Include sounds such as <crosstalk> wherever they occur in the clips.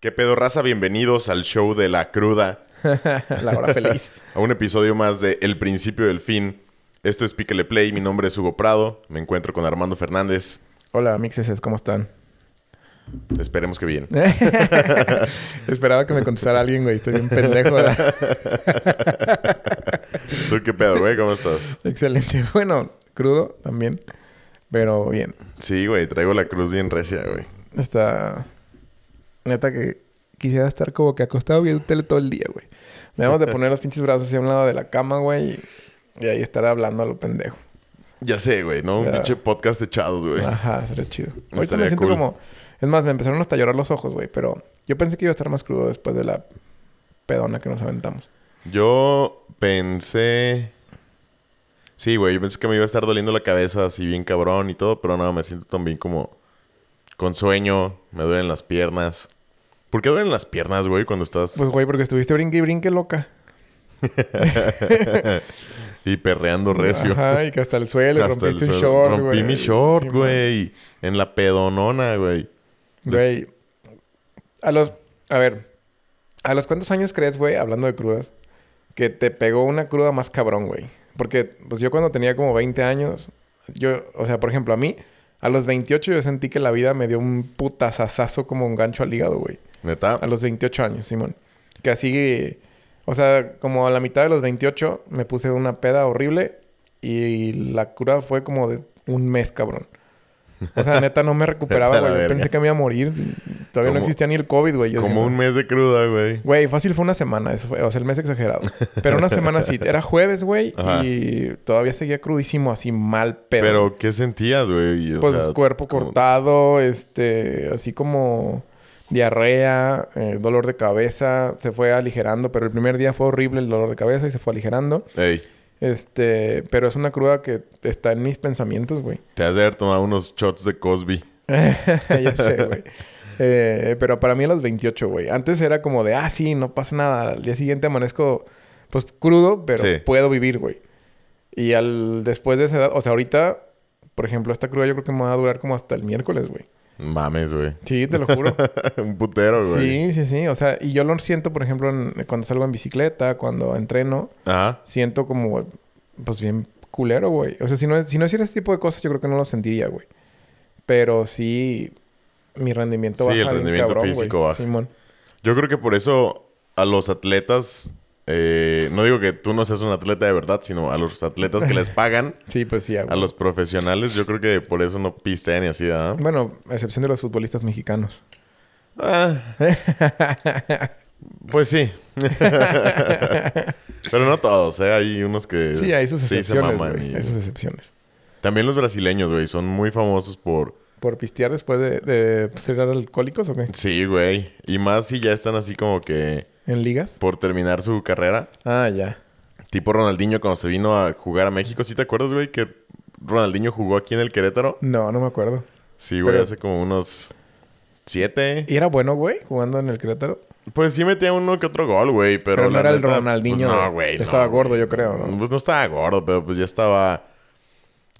¿Qué pedo, raza? Bienvenidos al show de la cruda. <laughs> la hora feliz. A un episodio más de El principio del fin. Esto es Píquele Play. Mi nombre es Hugo Prado. Me encuentro con Armando Fernández. Hola, mixes, ¿cómo están? <laughs> Esperemos que bien. Esperaba que me contestara alguien, güey. Estoy bien pendejo. <laughs> ¿verdad? ¿Tú qué pedo, güey? ¿Cómo estás? Excelente. Bueno, crudo también. Pero bien. Sí, güey. Traigo la cruz bien recia, güey. Está. Neta que quisiera estar como que acostado viendo tele todo el día, güey. Debemos de poner los pinches brazos hacia un lado de la cama, güey. y- Y ahí estar hablando a lo pendejo. Ya sé, güey, ¿no? Un Ya. Ah. pinche podcast echados, güey. Ajá, sería chido. Ahorita Estaría me siento cool. como... Es más, me empezaron hasta a llorar los ojos, güey. Pero yo pensé que iba a estar más crudo después de la pedona que nos aventamos. Yo pensé. Sí, güey. Yo pensé que me iba a estar doliendo la cabeza así bien cabrón y todo, pero no, me siento también como. Con sueño, me duelen las piernas. ¿Por qué duelen las piernas, güey, cuando estás Pues, güey, porque estuviste brinque y brinque, loca. y perreando recio? Ajá, y que hasta el suelo. Hasta el rompiste un suelo. short, güey. Rompí mi short, Sí, man. güey. en la pedonona, güey. Güey. A los... A ver. ¿A los cuántos años crees, güey, hablando de crudas, que te pegó una cruda más cabrón, güey? Porque, pues, yo cuando tenía como 20 años... Yo... O sea, por ejemplo, a mí... A los 28 yo sentí que la vida me dio un putazazazo como un gancho al hígado, güey. Neta. A los 28 años, Simón. Que así... O sea, como a la mitad de los 28 me puse una peda horrible y la cura fue como de un mes, cabrón. O sea, neta, no me recuperaba, Vete a la güey. Yo verga. Pensé que me iba a morir. Todavía Como- no existía ni el COVID, güey. Yo Como dije, un mes de cruda, güey. Güey, fácil fue una semana. Eso fue, o sea, el mes exagerado. Pero una semana sí. Era jueves, güey. <laughs> Ajá. Y todavía seguía crudísimo, así mal pedo. Pero, ¿qué sentías, güey? O Pues sea, cuerpo como- cortado, este, así como diarrea, eh, dolor de cabeza, se fue aligerando, pero el primer día fue horrible el dolor de cabeza y se fue aligerando. Ey, Este, pero es una cruda que está en mis pensamientos, güey. <laughs> te has de haber tomado unos shots de Cosby. ya sé, güey. Eh, pero para mí a los 28, güey. Antes era como de, ah, sí, no pasa nada. Al día siguiente amanezco, pues, crudo, pero Sí. puedo vivir, güey. Y al... Después de esa edad... O sea, ahorita... Por ejemplo, esta cruda yo creo que me va a durar como hasta el miércoles, güey. Mames, güey. <laughs> Sí, te lo juro. un putero, güey. Sí, sí, sí. O sea, y yo lo siento, por ejemplo, en- cuando salgo en bicicleta, cuando entreno, Ajá. siento como, pues bien culero, güey. O sea, si no, es- si no hiciera ese tipo de cosas, yo creo que no lo sentiría, güey. Pero sí, mi rendimiento Sí, baja. el bien rendimiento cabrón, güey. físico baja. Simón. Yo creo que por eso a los atletas, eh, no digo que tú no seas un atleta de verdad, sino a los atletas que les <laughs> pagan, Sí, pues sí. a güey. los profesionales, yo creo que por eso no pistean y así, ¿verdad? Bueno, a excepción de los futbolistas <laughs> mexicanos. Ah, pues <laughs> sí. Pero no todos, ¿eh? Hay unos que sí, hay sus sí se excepciones, maman güey. y- Hay sus excepciones. También los brasileños, güey, son muy famosos por... ¿Por pistear después de, de ser alcohólicos o qué? Sí, güey. Y más si ya están así como que ¿En ligas? por terminar su carrera. Ah, ya. Tipo Ronaldinho cuando se vino a jugar a México. ¿Sí te acuerdas, güey? Que Ronaldinho jugó aquí en el Querétaro. No, no me acuerdo. Sí, güey, Pero- hace como unos siete. ¿Y era bueno, güey, jugando en el Querétaro? Pues sí metía uno que otro gol, güey, pero... Pero no la era el neta, Ronaldinho pues, no, de- güey. que estaba no, gordo, güey. yo creo, ¿no? Pues no estaba gordo, pero pues ya estaba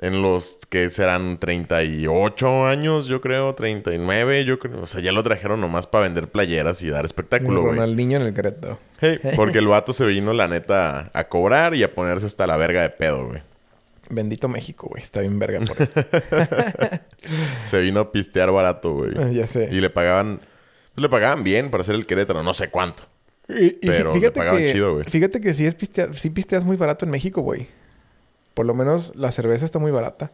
en los que serán 38 años, yo creo, 39, yo creo. O sea, ya lo trajeron nomás para vender playeras y dar espectáculo, güey. Ronaldinho en el Querétaro. <laughs> Hey, porque el vato se vino, la neta, a cobrar y a ponerse hasta la verga de pedo, güey. Bendito México, güey. Está bien verga por <laughs> eso. <laughs> Se vino a pistear barato, güey. ya sé. Y le pagaban... pues, le pagaban bien para hacer el Querétaro, no sé cuánto. Y, y Pero le pagaban que, chido, güey. Fíjate que sí, es pistea- sí pisteas muy barato en México, güey. Por lo menos la cerveza está muy barata.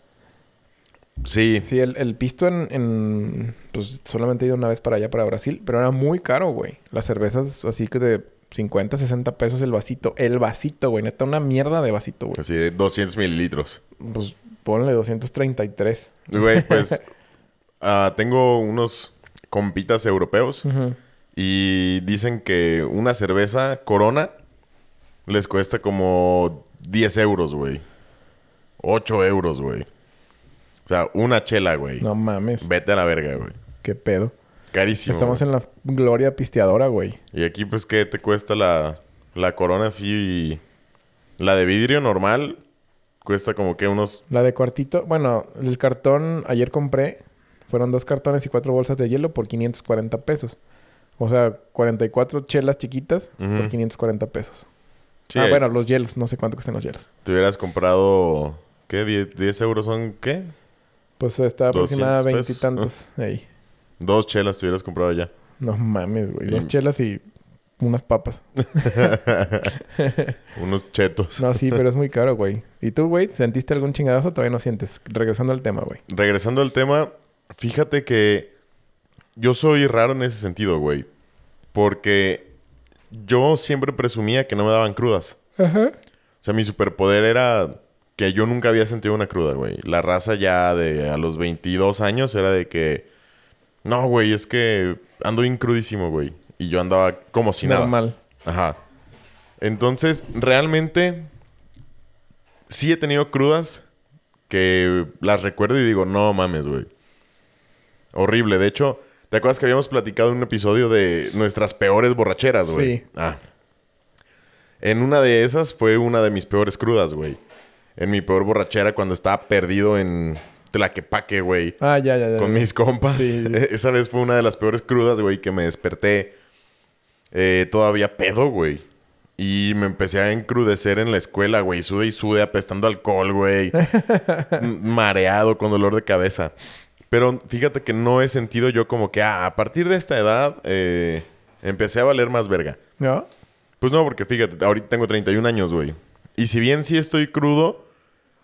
Sí, Sí, el, el pisto en, en- Pues solamente he ido una vez para allá, para Brasil. Pero era muy caro, güey. Las cervezas así que de 50, 60 pesos el vasito. El vasito, güey. Neta, una mierda de vasito, güey. así de 200 mililitros. Pues ponle 233. Güey, <laughs> pues ah, tengo unos compitas europeos Ujú. y dicen que una cerveza Corona les cuesta como 10 euros, güey. 8 euros, güey. O sea, una chela, güey. No mames. Vete a la verga, güey. Qué pedo. Carísimo. Estamos en la gloria pisteadora, güey. Y aquí, pues, ¿qué te cuesta la, la Corona así? La de vidrio normal cuesta como que unos... La de cuartito, bueno, el cartón ayer compré, fueron dos cartones y cuatro bolsas de hielo por 540 pesos. O sea, 44 chelas chiquitas por Ujú. 540 pesos. Sí, ah, bueno, los hielos. No sé cuánto cuestan los hielos. te hubieras comprado... ¿Qué? ¿10, 10 euros son qué? Pues 200 está aproximada pesos. veintitantos. Ahí. Dos chelas te hubieras comprado ya. <laughs> No mames, güey. Y- Dos chelas y <laughs> unas papas. Unos chetos. No, sí, pero es muy caro, güey. ¿Y tú, güey? ¿Sentiste algún chingadazo? Todavía no sientes. Regresando al tema, güey. Regresando al tema, fíjate que yo soy raro en ese sentido, güey. Porque yo siempre presumía que no me daban crudas. Ajá. O sea, mi superpoder era que yo nunca había sentido una cruda, güey. La raza ya de a los 22 años era de que... No, güey, es que ando bien crudísimo, güey. Y yo andaba como si nada. Normal. Ajá. Entonces, realmente, sí he tenido crudas que las recuerdo y digo, no mames, güey. Horrible. De hecho, ¿te acuerdas que habíamos platicado en un episodio de nuestras peores borracheras, güey? Sí. Ah. En una de esas fue una de mis peores crudas, güey. En mi peor borrachera cuando estaba perdido en Tlaquepaque, güey Ah, ya, ya, ya. con mis compas. Sí, sí. <laughs> Esa vez fue una de las peores crudas, güey, que me desperté eh, todavía pedo, güey. Y me empecé a encrudecer en la escuela, güey. Sude y sude, apestando alcohol, güey. M- Mareado, con dolor de cabeza. Pero fíjate que no he sentido yo como que ah, a partir de esta edad eh, empecé a valer más verga. ¿No? Pues no, porque fíjate, ahorita tengo 31 años, güey. Y si bien sí estoy crudo,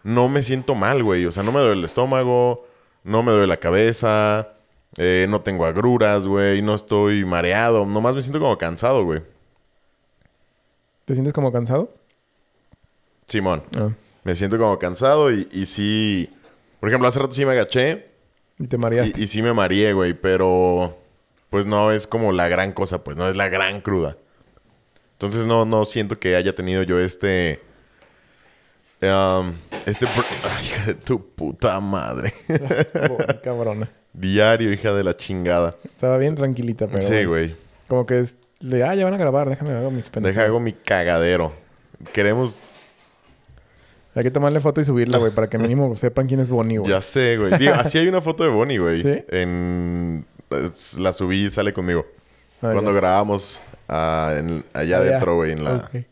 no me siento mal, güey. O sea, no me duele el estómago, no me duele la cabeza, eh, no tengo agruras, güey, no estoy mareado. Nomás me siento como cansado, güey. ¿Te sientes como cansado? Simón, Ah. me siento como cansado y, y sí... Por ejemplo, hace rato sí me agaché Y te y- mareaste. y, sí me mareé, güey, pero... Pues no es como la gran cosa, pues no es la gran cruda. Entonces no, no siento que haya tenido yo este... em, este... pro- Ay, hija de tu puta madre. <laughs> <laughs> Oh, cabrona. Diario, hija de la chingada. Estaba bien tranquilita, pero. sí, güey. Como que es. Le, ah, ya van a grabar, déjame hago mis pendejos. Deja hago mi cagadero. Queremos, Hay que tomarle foto y subirla, güey, para <laughs> que mínimo sepan quién es Bonnie, güey. ya sé, güey. Digo, así hay una foto de Bonnie, güey. ¿Sí? En es- la subí y sale conmigo. Ah, Cuando ya. grabamos ah, en- allá Ah, ya. adentro, güey, en la Ok. en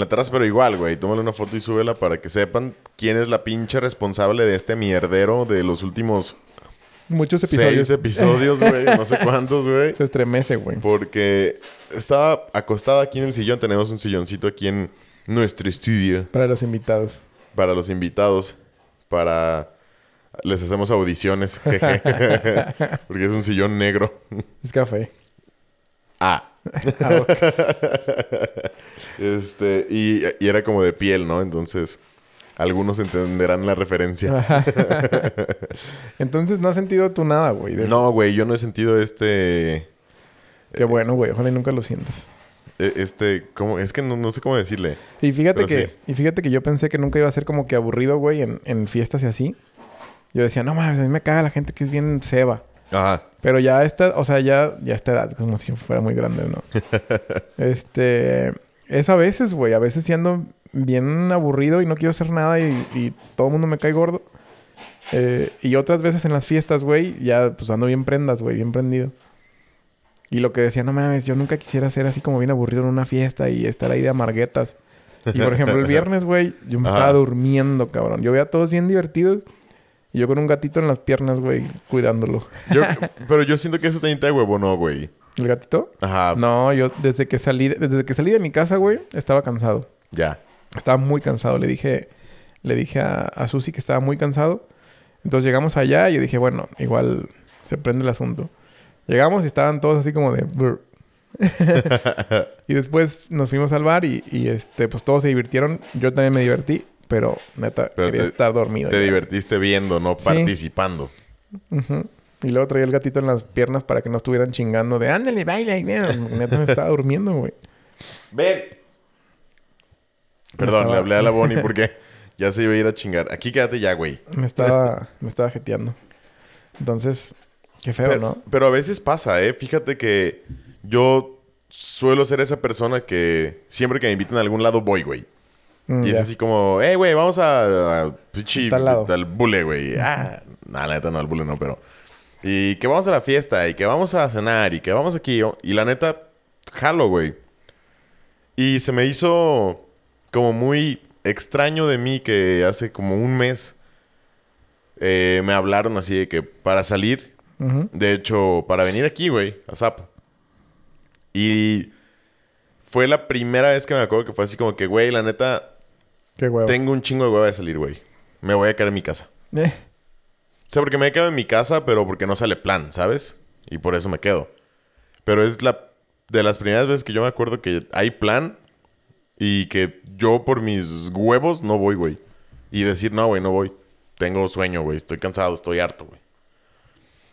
la terraza, pero igual, güey, tómale una foto y súbela para que sepan quién es la pinche responsable de este mierdero de los últimos Muchos episodios. seis eh. episodios, güey, no sé cuántos, <laughs> güey. Se estremece, güey. Porque estaba acostada aquí en el sillón. Tenemos un silloncito aquí en nuestro estudio Para los invitados. para los invitados. Para. Les hacemos audiciones. <laughs> jeje. Porque es un sillón negro. Es café. Ah. <laughs> Ah, ok. Este. Y, y era como de piel, ¿no? Entonces. Algunos entenderán la referencia. <laughs> Ajá. Entonces no has sentido tú nada, güey. de- No, güey, yo no he sentido este. Qué bueno, güey. Ojalá y nunca lo sientas. e- Este. ¿cómo? Es que no, no sé cómo decirle. Y fíjate, Pero que, y fíjate que yo pensé que nunca iba a ser como que aburrido, güey, en, en fiestas y así. Yo decía, no mames, a mí me caga la gente que es bien ceba. Ajá. Pero ya esta, o sea, ya, ya esta edad, como si fuera muy grande, ¿no? este, es a veces, güey, a veces siendo bien aburrido y no quiero hacer nada y, y todo el mundo me cae gordo. Eh, y otras veces en las fiestas, güey, ya pues ando bien prendas, güey, bien prendido. Y lo que decía, no mames, yo nunca quisiera ser así como bien aburrido en una fiesta y estar ahí de amarguetas. Y por ejemplo, el viernes, güey, yo me Ajá. estaba durmiendo, cabrón. Yo veía a todos bien divertidos y yo con un gatito en las piernas, güey, cuidándolo. <laughs> Yo- pero yo siento que eso te de huevo, no, güey. ¿El gatito? Ajá. No, yo desde que salí, desde que salí de mi casa, güey, estaba cansado. <laughs> Ya. Estaba muy cansado. Le dije, le dije a, a Susi que estaba muy cansado. Entonces llegamos allá y yo dije, bueno, igual se prende el asunto. Llegamos y estaban todos así como de. "Brr". y después nos fuimos al bar y, y, este, pues todos se divirtieron. Yo también me divertí, pero neta, Pero quería te- estar dormido. Te ya. divertiste viendo, no Sí. participando. Ujú. Y luego traía el gatito en las piernas para que no estuvieran chingando de ándale, baila. y nada". Neta me estaba durmiendo, güey. Ven. Perdón, Estaba- le hablé a la Bonnie <laughs> porque ya se iba a ir a chingar. Aquí quédate ya, güey. Me estaba, me estaba jeteando. Entonces, qué feo, Pero, ¿no? pero a veces pasa, ¿eh? Fíjate que yo suelo ser esa persona que siempre que me invitan a algún lado voy, güey. Mm, Y es ya. así como, eh, güey, vamos a, a pinche- Tal lado. al bule, güey. Ah, nah, la neta no, al bule no, pero Y que vamos a la fiesta, y que vamos a cenar, y que vamos aquí. Y la neta, jalo, güey. Y se me hizo como muy extraño de mí que hace como un mes eh, me hablaron así de que para salir, Ujú. de hecho, para venir aquí, güey, a Zap. Y fue la primera vez que me acuerdo que fue así como que, güey, la neta, Qué huevo. tengo un chingo de hueva de salir, güey. Me voy a quedar en mi casa. Eh, O sea, porque me quedo en mi casa, pero porque no sale plan, ¿sabes? Y por eso me quedo. Pero es la de las primeras veces que yo me acuerdo que hay plan y que yo por mis huevos no voy, güey. Y decir, no, güey, no voy. Tengo sueño, güey. Estoy cansado, estoy harto, güey.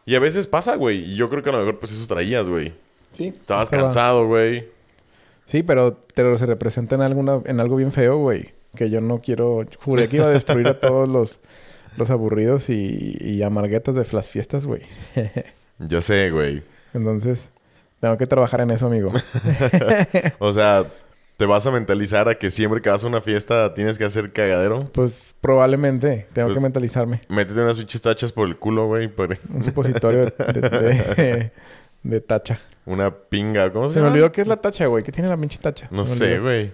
Y a veces pasa, güey. Y yo creo que a lo mejor pues eso traías, güey. sí. Estabas estaba- cansado, güey. Sí, pero te se representa en, alguna, en algo bien feo, güey. Que yo no quiero... Juré que iba a destruir <laughs> a todos los, los aburridos y, y amarguetas de las fiestas, güey. Ya sé, güey. Entonces, tengo que trabajar en <laughs> eso, amigo. O sea, te vas a mentalizar a que siempre que vas a una fiesta tienes que hacer cagadero. Pues probablemente. Tengo Pues- que mentalizarme. Métete unas pinches tachas por el culo, güey. por- Un supositorio de, de- <laughs> de- de tacha. Una pinga. ¿Cómo se, Se me llama? olvidó qué es la tacha, güey. ¿Qué tiene la pinche tacha? No Se me sé, olvidó. güey.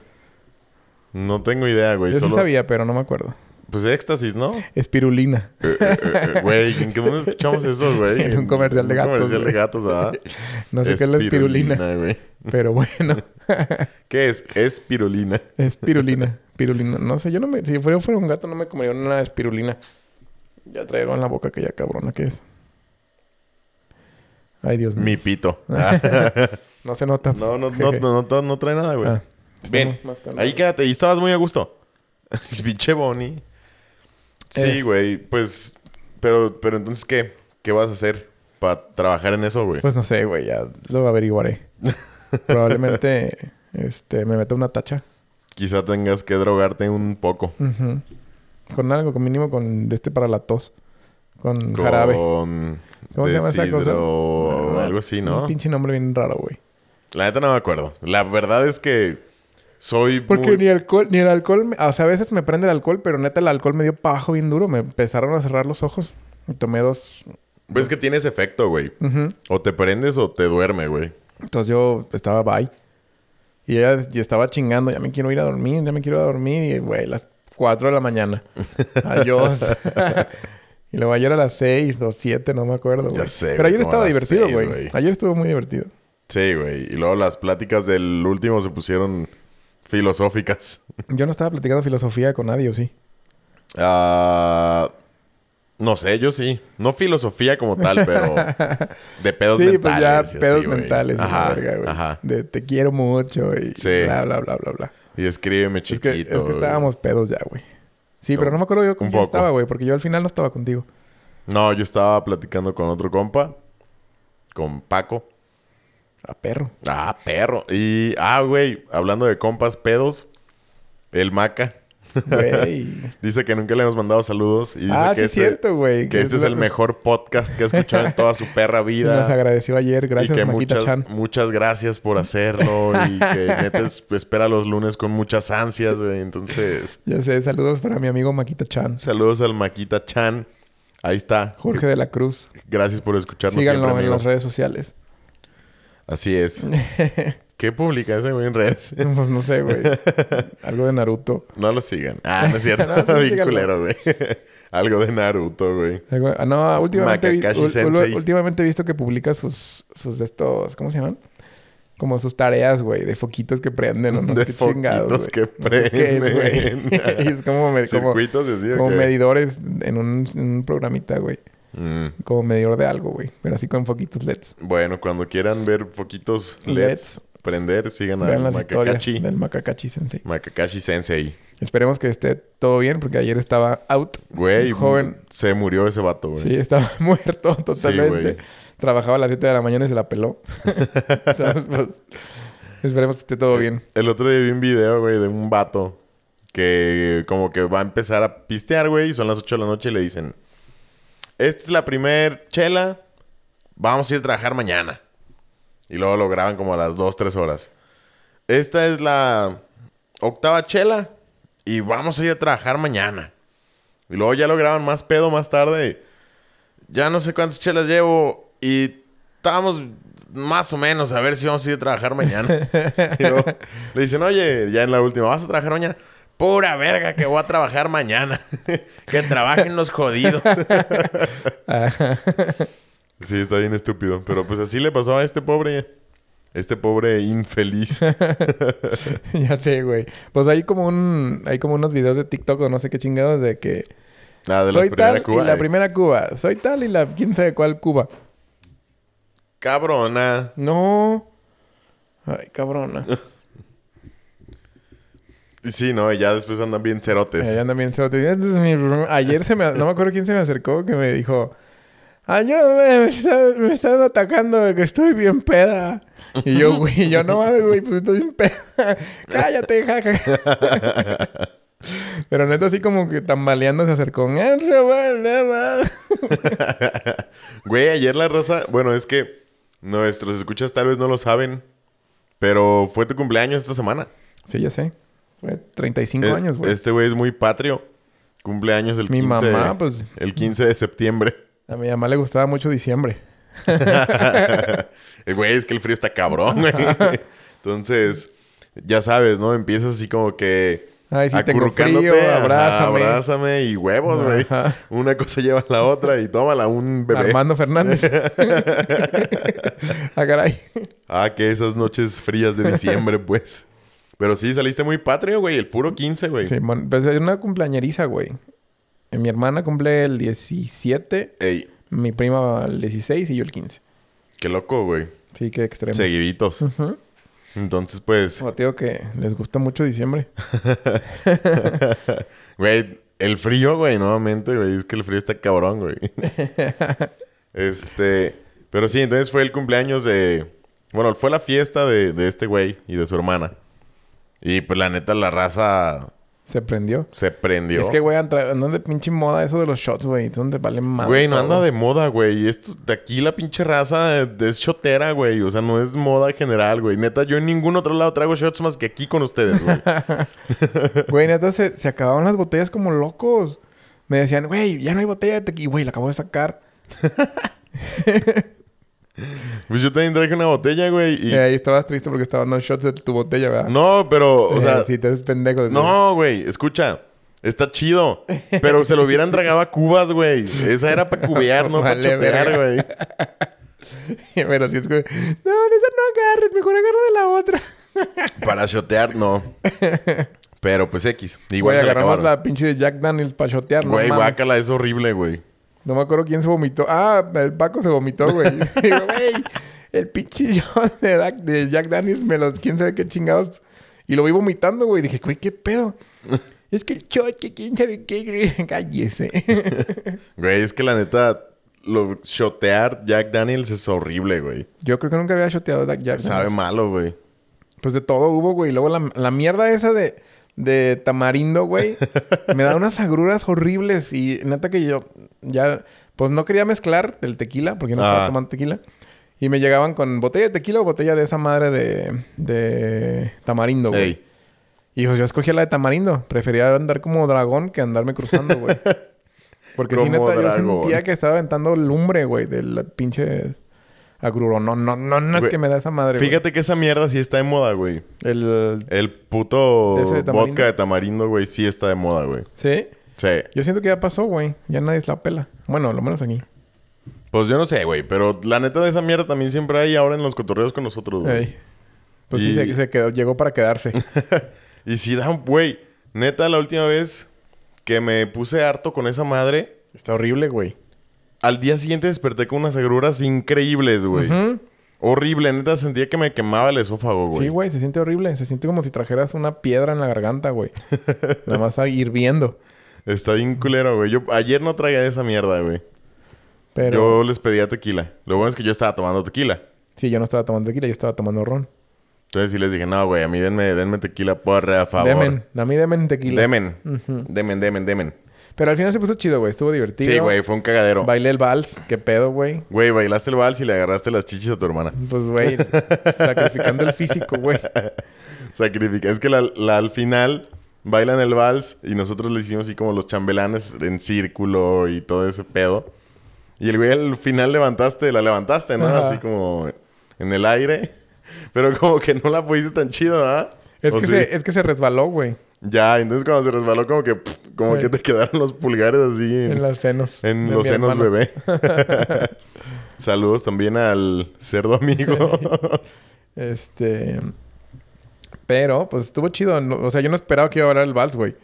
No tengo idea, güey. Yo Solo... sí sabía, pero no me acuerdo. Pues éxtasis, ¿no? Eh, Espirulina. eh, eh, eh, Güey, ¿en qué mundo escuchamos eso, güey? <laughs> En un comercial de un gatos, comercial de güey. gatos, ¿verdad? <laughs> No sé qué es la espirulina, güey. <laughs> pero bueno. ¿Qué es? Espirulina. Espirulina. Pirulina. No sé, yo no me... Si fuera, fuera un gato, no me comería una espirulina. Ya traigo en la boca aquella cabrona que es. Ay, Dios mío. Mi pito. No se nota. no, no, <laughs> no, no, no, no trae nada, güey. Ah, Ven, estamos más calmados. Ahí quédate. Y estabas muy a gusto. <laughs> Pinche Bonnie. Sí, Es- güey. Pues... Pero, pero entonces, ¿qué? ¿Qué vas a hacer para trabajar en eso, güey? Pues no sé, güey, ya <laughs> lo averiguaré. Probablemente este, me meta una tacha. Quizá tengas que drogarte un poco. Ujú. Con algo, con mínimo con de este para la tos. Con, Con... jarabe. ¿Cómo se llama esa cosa? desidro- Ah, Algo así, Un ¿no? pinche nombre bien raro, güey. La neta no me acuerdo. La verdad es que soy Porque muy... ni alcohol, ni el alcohol, me- o sea, a veces me prende el alcohol, pero neta el alcohol me dio pa' abajo bien duro, me empezaron a cerrar los ojos. Y tomé dos. Pues es que tienes efecto, güey. Ujú. O te prendes o te duerme, güey. Entonces yo estaba bye. Y ella y estaba chingando, ya me quiero ir a dormir, ya me quiero ir a dormir. Y güey, las 4 de <laughs> la mañana. Adiós. <laughs> y luego ayer a las 6 o 7, no me acuerdo. güey. sé, Pero güey, ayer como estaba a las divertido, seis, güey. güey. Ayer estuvo muy divertido. Sí, güey. Y luego las pláticas del último se pusieron filosóficas. Yo no estaba platicando filosofía con nadie, ¿o sí? Ah, no sé, yo sí. No filosofía como tal, <laughs> pero de pedos sí, mentales. pues y ya así, pedos güey. mentales. y Ajá, la verga, güey. ajá. De te quiero mucho y Sí. bla, bla, bla, bla, bla. Y escríbeme Es chiquito. que, es que güey. estábamos pedos ya, güey. Sí, pero no me acuerdo yo con Un quién poco. estaba, güey. Porque yo al final no estaba contigo. No, yo estaba platicando con otro compa. Con Paco. A perro. Ah, perro. Y, ah, güey, hablando de compas pedos, el Maca <laughs> Güey. dice que nunca le hemos mandado saludos. Y dice Ah, que este sí, es cierto, güey. Que este es el lo- mejor podcast que ha escuchado en toda su perra <laughs> y vida. Nos agradeció ayer. y Gracias, que Maquita muchas, Chan. muchas gracias por <laughs> hacerlo. y que neta es- espera los lunes con muchas ansias, güey. Entonces, Ya sé, saludos para mi amigo Maquita Chan. saludos al Maquita Chan. Ahí está. Jorge de la Cruz. Gracias por escucharnos Síganlo siempre, en amigo. las redes sociales. <laughs> Así es. ¿Qué publica ese güey en redes? pues no <laughs> sé, güey. Algo de Naruto. No lo sigan. Ah, <laughs> no es cierto. No, sí, Bien síganlo. culero, güey. <laughs> Algo de Naruto, güey. Algo- ah, No, últimamente, vi- Makakashi ul- ul- Sensei. últimamente he visto que publica sus, sus de estos, ¿cómo se llaman? Como sus tareas, güey, de foquitos que <laughs> prenden. o No De sé qué chingados, foquitos güey. que No sé qué es, güey. prenden. <laughs> Y es como, me- Eh, como, Circuitos de así, como ¿o qué? medidores en un, en un programita, güey. Mm. Como medidor de algo, güey. Pero así con foquitos E LEDs. Bueno, cuando quieran ver poquitos LEDs, LEDs. prender, sigan a E Vean las Makakashi. historias del Makakachi Sensei. Makakashi Sensei. Esperemos que esté todo bien porque ayer estaba out. Güey, Joven. se murió ese vato, güey. Sí, estaba <laughs> muerto totalmente. güey. Trabajaba a las 7 de la mañana y se la peló. <laughs> Entonces, pues, esperemos que esté todo bien. <laughs> El otro día vi un video, güey, de un vato que como que va a empezar a pistear, güey, y son las 8 de la noche y le dicen, esta es la primer chela, vamos a ir a trabajar mañana. Y luego lo graban como a las 2, 3 horas. Esta es la octava chela y vamos a ir a trabajar mañana. Y luego ya lo graban más pedo más tarde. ya no sé cuántas chelas llevo y estábamos más o menos a ver si vamos a ir a trabajar mañana. Y luego le dicen, oye, ya en la última, ¿vas a trabajar mañana? Pura verga que voy a trabajar mañana. <laughs> que trabajen los jodidos. <laughs> sí, está bien estúpido. Pero pues así le pasó a este pobre, este pobre <laughs> infeliz. ya sé, güey. Pues hay como un, hay como unos videos de TikTok o no sé qué chingados de que La de la soy tal primera Cuba. y la eh. primera Cuba, soy tal y la quién sabe cuál Cuba. Cabrona. No. Ay, cabrona. Y Sí, no, y ya después andan bien cerotes. Allá andan bien cerotes. Este es mi room. Ayer se me... No me acuerdo quién se me acercó que me dijo... Ayúdame, me, está- me están atacando de que estoy bien peda. Y <laughs> yo, güey, yo no mames, güey, pues estoy bien peda. <laughs> Cállate, jaja. Pero neta, así como que tambaleando se acercó. "Eso, güey, no mames". <laughs> Güey, ayer la raza. Bueno, es que nuestros escuchas tal vez no lo saben. Pero fue tu cumpleaños esta semana. Sí, ya sé. Fue 35 Eh, años, güey. Este güey es muy patrio. Cumpleaños el Mi 15 mamá, de, pues... el 15 de <laughs> septiembre. A mi mamá le gustaba mucho diciembre. Eh, Güey, es que el frío está cabrón, <laughs> güey. Entonces, ya sabes, ¿no? Empiezas así como que Ay, sí, tengo acurrucándote. frío, ajá, abrázame. abrázame y huevos, güey. Ajá. Una cosa lleva a la otra y tómala un bebé. <laughs> Armando Fernández. ah, caray. Ah, que esas noches frías de <laughs> diciembre, pues. Pero sí, saliste muy patrio, güey. El puro 15, güey. Sí, mon- pues es una cumpleañeriza, güey. Eh, Mi hermana cumple el 17, Ey, mi prima el 16 y yo el 15. qué loco, güey. Sí, que extremo. Sí. Seguiditos. Entonces, pues, que les gusta mucho diciembre. <laughs> güey, el frío, güey, nuevamente, güey. Es que el frío está cabrón, <laughs> güey. este, pero sí, entonces fue el cumpleaños de... Bueno, fue la fiesta de, de este güey y de su hermana. Y pues la neta, la raza Se prendió. se prendió. Es que, güey, antra- andan de pinche moda eso de los shots, güey. Donde valen más. Güey, no anda de <laughs> moda, güey. Esto, de aquí la pinche raza es chotera, güey. O sea, no es moda general, güey. Neta, yo en ningún otro lado traigo shots más que aquí con ustedes, <laughs> güey. <laughs> Güey, neta, se, se acababan las botellas como locos. Me decían, güey, ya no hay botella de tequila. Güey, la acabo de sacar. pues yo también traje una botella, güey. Y Y... ahí estabas triste porque estaban dando shots de tu botella, ¿verdad? No, pero, o Eh, sea... si te ves pendejo. sí. <laughs> No, güey. Escucha. Está chido. Pero se lo hubieran tragado a cubas, güey. Esa era para cubear, no Vale, para chotear, verga. güey. Pero sí es que... No, de esa no agarres. Mejor agarra de la otra. Para chotear, no. Pero, pues, X. Igual Güey, se la agarramos acabaron. la pinche de Jack Daniels para shotear, no Güey, mames. guácala. Es horrible, güey. No me acuerdo quién se vomitó. Ah, el Paco se vomitó, <laughs> güey. <laughs> Digo, güey, el pinche <laughs> shot de, Dak- de Jack Daniels me los... ¿Quién sabe qué chingados? Y lo vi vomitando, güey. Dije, güey, <laughs> ¿qué pedo? es que el shot, que quién sabe qué... <laughs> Cállese. Güey, es que la neta, lo shotear Jack Daniels es horrible, güey. Yo creo que nunca había shoteado Jack Daniels. Sabe malo, güey. Pues de todo hubo, güey. Luego la, la mierda esa de, de tamarindo, güey, me da unas agruras horribles. Y neta que yo ya, pues no quería mezclar el tequila, porque no estaba Ah. tomando tequila. Y me llegaban con botella de tequila o botella de esa madre de, de tamarindo, güey. Ey. Y pues yo escogí la de tamarindo. Prefería andar como dragón que andarme <laughs> cruzando, güey. Porque sí, Como neta, yo dragón. sentía que estaba aventando lumbre, güey, de la pinche agruro. No, no, no, no es Güey, que me da esa madre, güey. Fíjate que esa mierda sí está de moda, güey. El... El puto ¿Ese de tamarindo? vodka de tamarindo, güey, sí está de moda, güey. Sí. Sí. Yo siento que ya pasó, güey. Ya nadie la pela. Bueno, lo menos aquí. Pues yo no sé, güey, pero la neta de esa mierda también siempre hay ahora en los cotorreos con nosotros, güey. Ey. Pues sí, Y- se, se quedó, llegó para <laughs> quedarse. Y sí da, güey, neta, la última vez que me puse harto con esa madre, Está horrible, güey. al día siguiente desperté con unas agruras increíbles, güey. Ujú. Horrible, neta, sentía que me quemaba el esófago, güey. Sí, güey, se siente horrible. Se siente como si trajeras una piedra en la <laughs> garganta, güey. Nada más ahí hirviendo. Está bien culero, güey. Yo ayer no traía esa mierda, güey. Pero Yo les pedía tequila. Lo bueno es que yo estaba tomando tequila. sí, yo no estaba tomando tequila, yo estaba tomando ron. Entonces sí les dije, no, güey, a mí denme, denme tequila, porra, a favor. Demen, a mí demen tequila. Demen. Ujú. Demen, demen, demen. Pero al final se puso chido, güey. Estuvo divertido. Sí, güey, fue un cagadero. Bailé el vals. Qué pedo, güey. Güey, bailaste el vals y le agarraste las chichis a tu hermana. <laughs> Pues, güey, sacrificando el físico, güey. Sacrifica. Es que la- la- al final bailan el vals y nosotros le hicimos así como los chambelanes en círculo y todo ese pedo. Y el güey al final levantaste, la levantaste, ¿no? Ajá. Así como en el aire. Pero como que no la pudiste tan chido, ¿verdad? Es ¿O Pues que, sí? se, es que se resbaló, güey, Ya, entonces cuando se resbaló, como que, pff, como Sí. que te quedaron los pulgares así en, en los senos. en de los mi senos, hermano. <laughs> bebé. Saludos también al cerdo amigo. Este. Pero, pues estuvo chido. No- o sea, yo no esperaba que iba a hablar el vals, güey.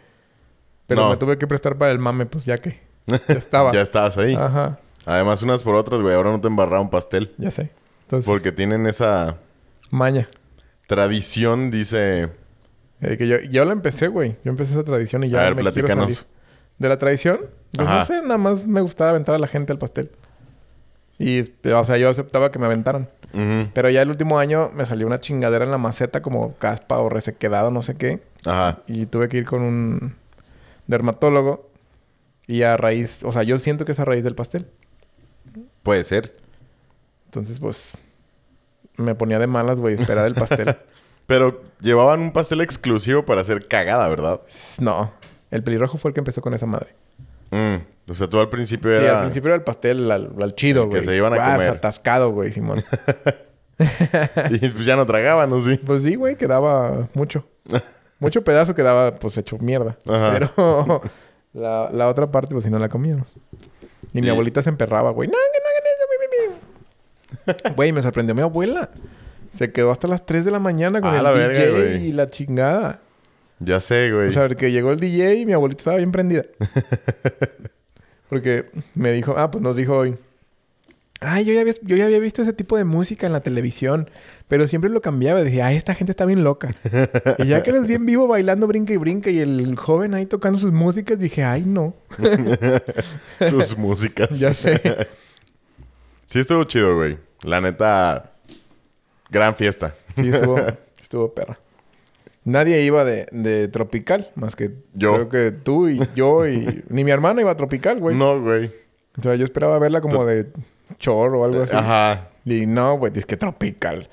Pero No. me tuve que prestar para el mame, pues ya que. <laughs> Ya estaba. Ah, ya estabas ahí. Ajá, Además, unas por otras, güey. Ahora no te embarraron pastel. ya sé. Entonces, Porque tienen esa maña. tradición, dice... Eh, que yo, yo la empecé, güey. Yo empecé esa tradición y ya. a ver, me quiero platícanos. salir. De la tradición, pues Ajá. no sé, nada más me gustaba aventar a la gente al pastel. Y, este, o sea, yo aceptaba que me aventaran. Ujú. Pero ya el último año me salió una chingadera en la maceta, como caspa o resequedado, no sé qué. Ajá. Y tuve que ir con un dermatólogo. Y a raíz, o sea, yo siento que es a raíz del pastel. Puede ser. Entonces, pues, me ponía de malas, güey, esperar el <laughs> pastel. Pero llevaban un pastel exclusivo para hacer cagada, ¿verdad? no, el pelirrojo fue el que empezó con esa madre. Mm. O sea, tú al principio Sí, era... al principio era el pastel al, al chido, El que güey. se iban a Guas, comer. atascado, <laughs> güey, Simón. <laughs> Y pues ya no tragaban, ¿no? Sí. pues sí, güey, quedaba <laughs> mucho. Mucho pedazo quedaba, pues, hecho mierda. Ajá. Pero <laughs> la, la otra parte, pues, si no la comíamos. Y mi Y- abuelita se emperraba, güey. No, que no hagan eso, <laughs> mi, mi, mi". Güey, me sorprendió mi abuela. Se quedó hasta las 3 de la mañana con Ah, el la DJ verga, güey. y la chingada. Ya sé, güey. O sea, que llegó el DJ y mi abuelita estaba bien prendida. Porque me dijo, ah, pues nos dijo hoy. Ay, yo ya, había, yo ya había visto ese tipo de música en la televisión, pero siempre lo cambiaba. Dije, ay, esta gente está bien loca. y ya que los vi en vivo bailando brinca y brinca y el joven ahí tocando sus músicas, dije, ay, no. <laughs> Sus músicas. Ya sé. Sí, estuvo chido, güey. La neta, gran fiesta. Sí, estuvo, estuvo perra. Nadie iba de, de tropical, más que Yo. creo que tú y yo y ni mi hermana iba a tropical, güey. No, güey. O sea, yo esperaba verla como de chor o algo así. Eh, Ajá. Y no, güey, es que tropical.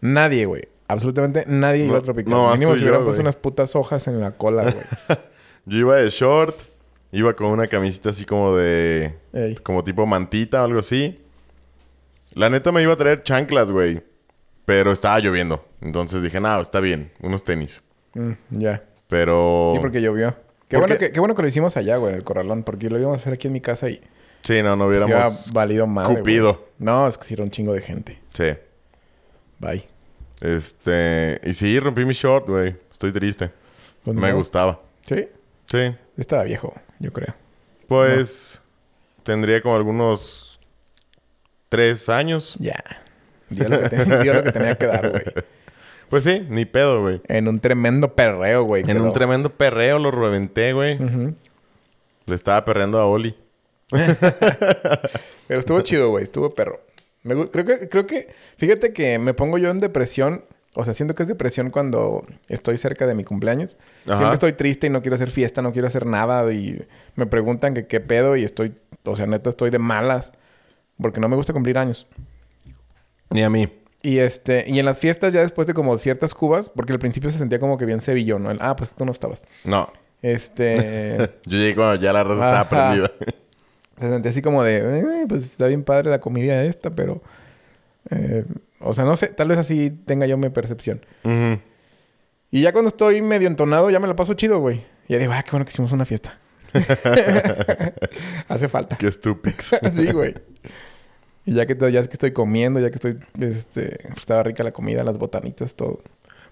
Nadie, güey. Absolutamente nadie iba No- a tropical. no, hasta Mínimo si yo, hubieran puesto güey. unas putas hojas en la <laughs> cola, güey. Yo iba de short, iba con una camisita así como de. Ey. como tipo mantita o algo así. La neta me iba a traer chanclas, güey. Pero estaba lloviendo. Entonces dije, no, está bien, unos tenis. Mm, ya. Pero. Y porque llovió. Qué Oh. ¿Por bueno, qué? que, qué bueno que lo hicimos allá, güey, en el corralón. Porque lo íbamos a hacer aquí en mi casa y Sí, no, no se hubiera hubiéramos. valido madre, güey. cupido. No, es que sí era un chingo de gente. Sí. Bye. Este. Y sí, rompí mi short, güey. Estoy triste. Pues Me no. gustaba. Sí. Sí. Estaba viejo, yo creo. Pues. Tendría como algunos. Tres años. Ya. Dio lo que, te- <laughs> dio lo que tenía que dar, güey. Pues sí, ni pedo, güey. En un tremendo perreo, güey. En un quedó. tremendo perreo lo reventé, güey. Ujú. Le estaba perreando a Oli. Pero estuvo chido, güey. Estuvo perro. Me gu- creo que, creo que, fíjate que me pongo yo en depresión. O sea, siento que es depresión cuando estoy cerca de mi cumpleaños. Ajá. Siempre estoy triste y no quiero hacer fiesta, no quiero hacer nada. Y me preguntan que qué pedo y estoy, o sea, neta, estoy de malas. Porque no me gusta cumplir años. Ni a mí. Y este, y en las fiestas ya después de como ciertas cubas, porque al principio se sentía como que bien sevillón, ¿no? El, ah, pues tú no estabas. No. Este, <laughs> Yo llegué cuando ya la raza Ajá. estaba prendida. Se sentía así como de, "Eh, pues está bien padre la comida esta, pero... eh, o sea, no sé, tal vez así tenga yo mi percepción. Ujú. Y ya cuando estoy medio entonado, ya me la paso chido, güey. Y ya digo, ah, qué bueno que hicimos una fiesta. Hace <laughs> falta. <laughs> Qué estúpidos. <laughs> sí, güey. Y ya que, to- ya que estoy comiendo, ya que estoy, este, estaba rica la comida, las botanitas, todo.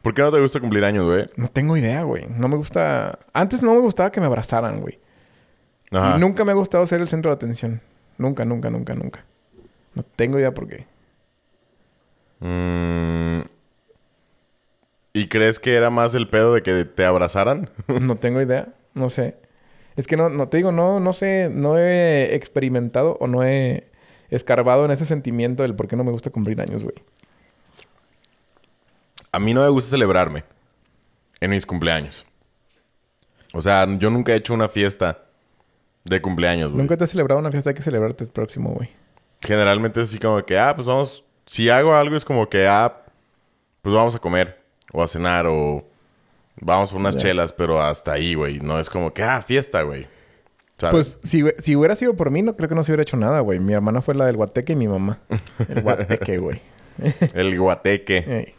¿Por qué no te gusta cumplir años, güey? No tengo idea, güey. No me gusta... Antes no me gustaba que me abrazaran, güey. Ajá. Y nunca me ha gustado ser el centro de atención. Nunca, nunca, nunca, nunca. No tengo idea por qué. Mm. ¿Y crees que era más el pedo de que te abrazaran? No tengo idea, no sé. Es que no, no te digo, no, no sé, no he experimentado o no he escarbado en ese sentimiento del por qué no me gusta cumplir años, güey. A mí no me gusta celebrarme en mis cumpleaños. O sea, yo nunca he hecho una fiesta de cumpleaños, güey. Nunca te has celebrado una fiesta, hay que celebrarte el próximo, güey. Generalmente es así como que, ah, pues vamos. Si hago algo es como que, ah, pues vamos a comer o a cenar o vamos por unas Ya. chelas, pero hasta ahí, güey. No es como que, ah, fiesta, güey. ¿Sabes? Pues si, hue- si hubiera sido por mí, no creo que no se hubiera hecho nada, güey. Mi hermana fue la del guateque y mi mamá. El guateque, güey. <laughs> Pues, El guateque. Ey.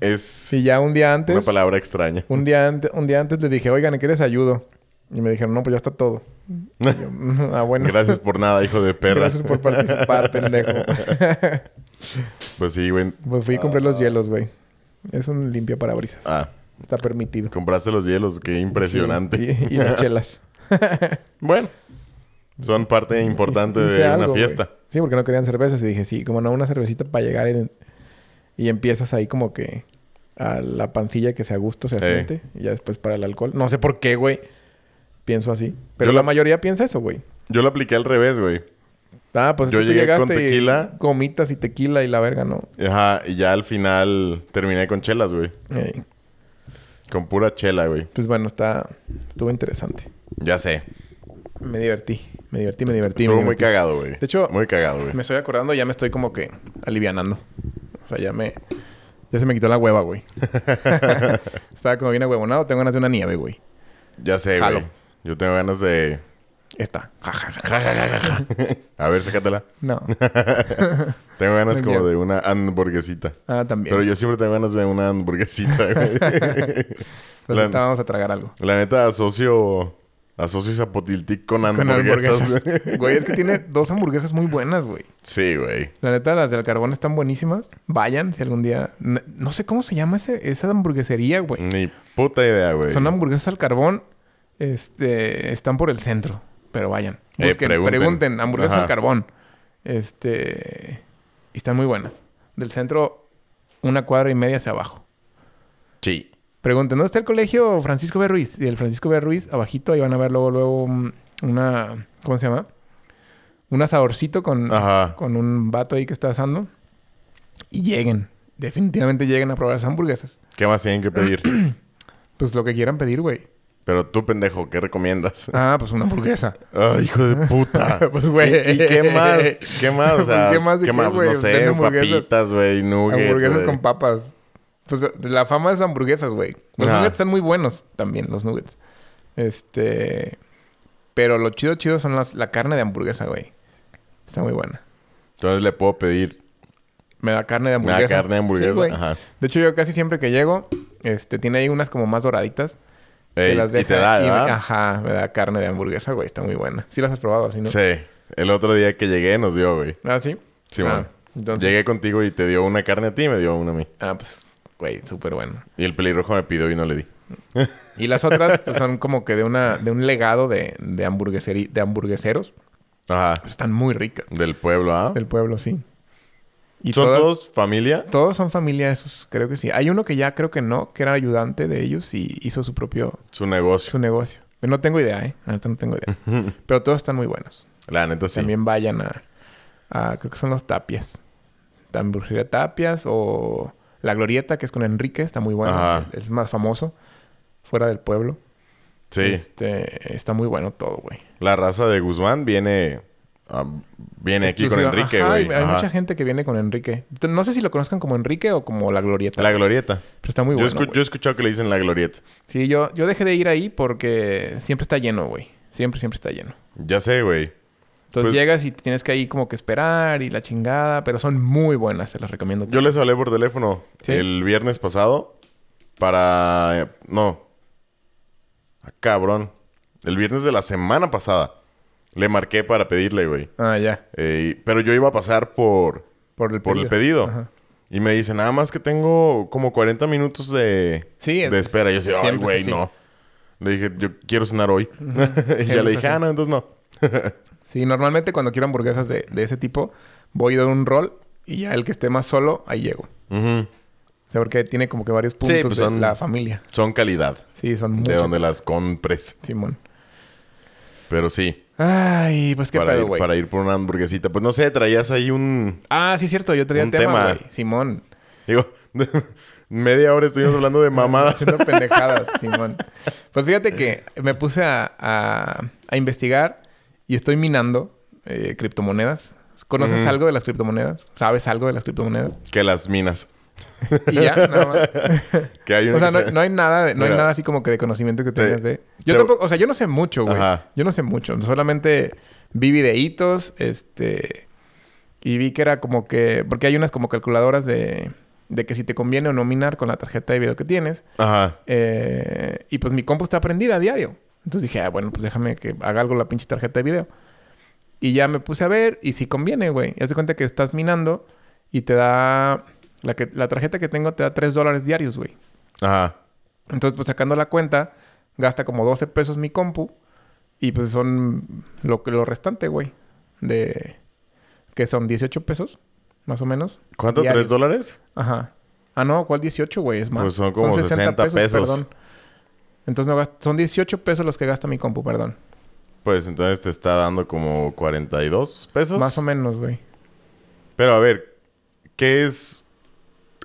Es Si ya un día eh, antes, una palabra extraña. un día antes, un día antes le dije, oigan, ¿a qué les ayudo? Y me dijeron, no, pues ya está todo. <laughs> <laughs> Y yo, "Mm, ah, bueno. Gracias por nada, hijo de perra. Gracias por participar, pendejo. <laughs> Pues sí, güey. pues fui y compré los hielos, güey. Es un limpia parabrisas. Ah, Está permitido. compraste los hielos, qué impresionante. Sí, Y, <laughs> y las chelas. bueno, son parte importante Hice de una algo, güey. fiesta. Sí, porque no querían cervezas. Y dije, sí, como no, una cervecita para llegar en- y empiezas ahí como que a la pancilla que se a gusto se Sí. asiente. Y ya después para el alcohol. No sé por qué, güey. Pienso así. Pero Yo la lo- mayoría piensa eso, güey. Yo lo apliqué al revés, güey. Ah, pues es Yo que tú llegué llegaste con tequila. y gomitas y tequila y la verga, ¿no? Ajá, y ya al final terminé con chelas, güey. Ey. Con pura chela, güey. Eh, Pues bueno, está... Estuvo interesante. Ya sé. Me divertí. Me divertí, me divertí. Estuvo me muy divertí. cagado, güey. De hecho, muy cagado, güey. Me estoy acordando, ya me estoy como que alivianando. O sea, ya me. Ya se me quitó la <laughs> hueva, güey. Estaba como bien ahuevonado, tengo ganas de una nieve, güey. <laughs> Ya sé, güey. Jalo. Yo tengo ganas de. <laughs> Esta. Ja, ja, ja. A ver, sácatela. <laughs> No. Tengo ganas Muy como bien. de una hamburguesita. Ah, también. Pero yo siempre tengo ganas de una hamburguesita, <laughs> güey. Pues la- ahorita vamos a tragar algo. La neta, asocio. Asocio Zapotiltic con Con hamburguesas. hamburguesas. <laughs> güey, es que tiene dos hamburguesas muy buenas, güey. <laughs> sí, güey. La neta, las del carbón están buenísimas. Vayan si algún día. No, no sé cómo se llama ese- esa hamburguesería, güey. Ni puta idea, güey. Son hamburguesas al carbón. Este, están por el centro, pero vayan. Eh, Busquen, pregunten. pregunten. hamburguesas Ajá. al carbón. Este, y están muy buenas. Del centro, una cuadra y media hacia abajo. Sí. Pregunten, ¿dónde está el colegio Francisco B. Ruiz? Y el Francisco B. Ruiz, abajito, ahí van a ver luego, luego un- una, ¿cómo se llama? Un asadorcito con, Ajá. con un vato ahí que está asando. Y lleguen, definitivamente lleguen a probar las hamburguesas. ¿Qué más tienen que <clears throat> pedir? Pues lo que quieran <laughs> pedir, güey. Pero tú, pendejo, ¿qué recomiendas? <laughs> Ah, pues una hamburguesa. Ay, hijo de puta. <laughs> Pues, güey. ¿Y, y qué más? ¿Qué más? O sea, Pues, ¿qué más de qué, Pues, güey? no Venden sé, hamburguesas. papitas, güey, nuggets. Hamburguesas güey. con papas. Pues la fama es hamburguesas, güey. Los Ah. nuggets están muy buenos también, los nuggets. Este. Pero lo chido, chido son las, la carne de hamburguesa, güey. Está muy buena. Entonces le puedo pedir Me da carne de una hamburguesa. carne de hamburguesa. Sí, güey. Ajá. De hecho, yo casi siempre que llego, este, tiene ahí unas como más doraditas. Ey, que las y deja te da, ¿ah? y me- ¿verdad? Ajá, me da carne de hamburguesa, güey. Está muy buena. Sí las has probado, así, ¿no? Sí. El otro día que llegué nos dio, güey. Ah, sí. Sí, Ah, man. Entonces. Llegué contigo y te dio una carne a ti y me dio una a mí. Ah, pues, güey, súper bueno. Y el pelirrojo me pidió y no le di. Y las otras pues, son como que de una de un legado de, de, hamburgueseri- de hamburgueseros. Ajá. Pero están muy ricas. Del pueblo, ¿ah? Del pueblo, sí. Y ¿Son todas- todos familia? Todos son familia de esos, creo que sí. Hay uno que ya creo que no, que era ayudante de ellos y hizo su propio Su negocio. su negocio. Pero no tengo idea, ¿eh? La neta no tengo <laughs> idea. Pero todos están muy buenos. La neta sí. También vayan a, a- creo que son los Tapias. La hamburguesería Tapias o La Glorieta, que es con Enrique, está muy bueno. Ajá. Es más famoso. Fuera del pueblo. Sí. Este, está muy bueno todo, güey. La raza de Guzmán viene... ah, viene aquí con Exclusiva. Enrique, Ajá, güey. Hay Ajá. mucha gente que viene con Enrique. T- No sé si lo conozcan como Enrique o como La Glorieta. La glorieta. Pero está muy yo, bueno. escu- güey. yo he escuchado que le dicen la glorieta. Sí, yo, yo dejé de ir ahí porque siempre está lleno, güey. Siempre, siempre está lleno. Ya sé, güey. Entonces Pues- llegas y tienes que ahí como que esperar y la chingada, pero son muy buenas, se las recomiendo. Yo les hablé por teléfono ¿Sí? el viernes pasado para... No. Ah, cabrón. El viernes de la semana pasada. Le marqué para pedirle, güey. Ah, ya. Eh, pero yo iba a pasar por, Por el por pedido. el pedido. Ajá. Y me dice, nada más que tengo como 40 minutos de, Sí, de es- espera. Yo decía, ay, siempre es güey, así. no. Le dije, yo quiero cenar hoy. <laughs> y ya le Siempre es dije, ah, así. no, entonces no. Sí, normalmente cuando quiero hamburguesas de, de ese tipo, voy de un rol y ya el que esté más solo, ahí llego. Ujú. O sea, porque tiene como que varios puntos pues de son- la familia. Son calidad. Sí, son De muy... donde las compres. Simón. Pero sí, Ay, pues qué para, pedo, ir, güey. para ir por una hamburguesita. Pues no sé, traías ahí un... Ah, sí, cierto. Yo traía Un tema. tema, güey. Simón. Digo, <laughs> media hora estuvimos hablando de mamadas. Haciendo pendejadas, <laughs> Simón. Pues fíjate que me puse a, a- a investigar y estoy minando eh, criptomonedas. ¿Conoces Ujú. algo de las criptomonedas? ¿Sabes algo de las criptomonedas? que las minas. <laughs> Y ya, nada más. Que hay O uno sea, que no, se- no hay nada, de- no hay Mira. nada así como que de conocimiento que tengas de. Yo te- tampoco, o sea, yo no sé mucho, güey. Ajá. Yo no sé mucho. Solamente vi videitos, este. Y vi que era como que. Porque hay unas como calculadoras de. De que si te conviene o no minar con la tarjeta de video que tienes. Ajá. Eh, y pues mi compu está prendida a diario. Entonces dije, ah, bueno, pues déjame que haga algo la pinche tarjeta de video. Y ya me puse a ver y si conviene, güey. Y Haz de cuenta que estás minando y te da... La, que, la tarjeta que tengo te da 3 dólares diarios, güey. Ajá. Entonces, pues sacando la cuenta, gasta como 12 pesos mi compu. Y pues son lo, que- lo restante, güey. De... Que son 18 pesos, más o menos. ¿Cuánto? Diarios. ¿Tres dólares? Ajá. Ah, no, ¿cuál 18, güey? Es más. Pues son como 60 pesos. Entonces no gast- son 18 pesos los que gasta mi compu, perdón. Pues entonces te está dando como 42 pesos. Más o menos, güey. Pero a ver, ¿qué es.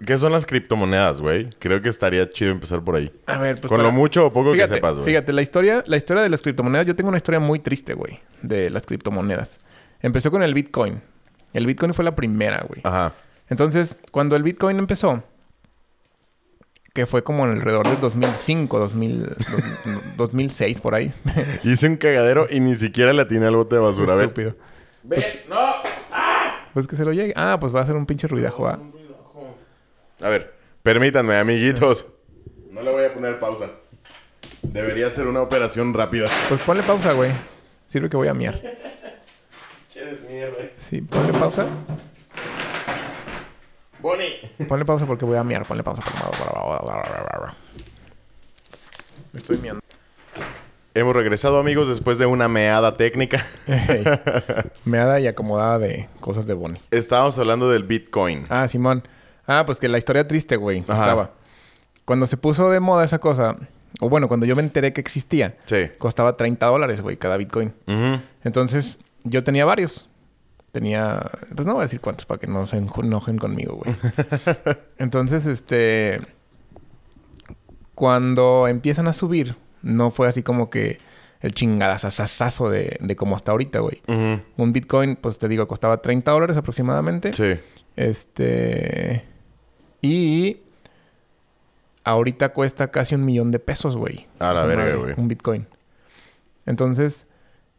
¿Qué son las criptomonedas, güey? Creo que estaría chido empezar por ahí. A ver, pues Con para- lo mucho o poco fíjate, que sepas, güey. Fíjate, la historia, la historia de las criptomonedas, yo tengo una historia muy triste, güey, de las criptomonedas. Empezó con el Bitcoin. El Bitcoin fue la primera, güey. Ajá. Entonces, cuando el Bitcoin empezó, que fue como alrededor del 2005, 2000, 2006, por ahí. Hice un cagadero y ni siquiera le atiné al bote de <laughs> basura. Pues, A ver. Estúpido. Ven, ¡No! Pues que se lo llegue. Ah, pues va a ser un pinche ruidajo. ah. A ver, permítanme, amiguitos. No le voy a poner pausa. Debería ser una operación rápida. Pues ponle pausa, güey. Sirve que voy a miar. Cheres mierda. Sí, ponle pausa. Bonnie. Ponle pausa porque voy a miar. Ponle pausa. Me estoy miando. Hemos regresado, amigos, después de una meada <laughs> técnica. Meada y acomodada de cosas de Bonnie. Estábamos hablando del Bitcoin. Ah, Simón. Ah, pues que la historia triste, güey. Ajá. Estaba. Cuando se puso de moda esa cosa, o bueno, cuando yo me enteré que existía, Sí. costaba 30 dólares, güey, cada Bitcoin. <laughs> Ujú. Entonces, yo tenía varios. Tenía, pues no voy a decir cuántos para que no se enju- enojen conmigo, <laughs> güey. Entonces, este, cuando empiezan a subir, no fue así como que el chingadazazazazo de, de como está ahorita, güey. Ujú. Un Bitcoin, pues te digo, costaba 30 dólares aproximadamente. Sí. Este, y ahorita cuesta casi un millón de pesos, güey. A la Esa verga, madre, güey. Un Bitcoin. Entonces,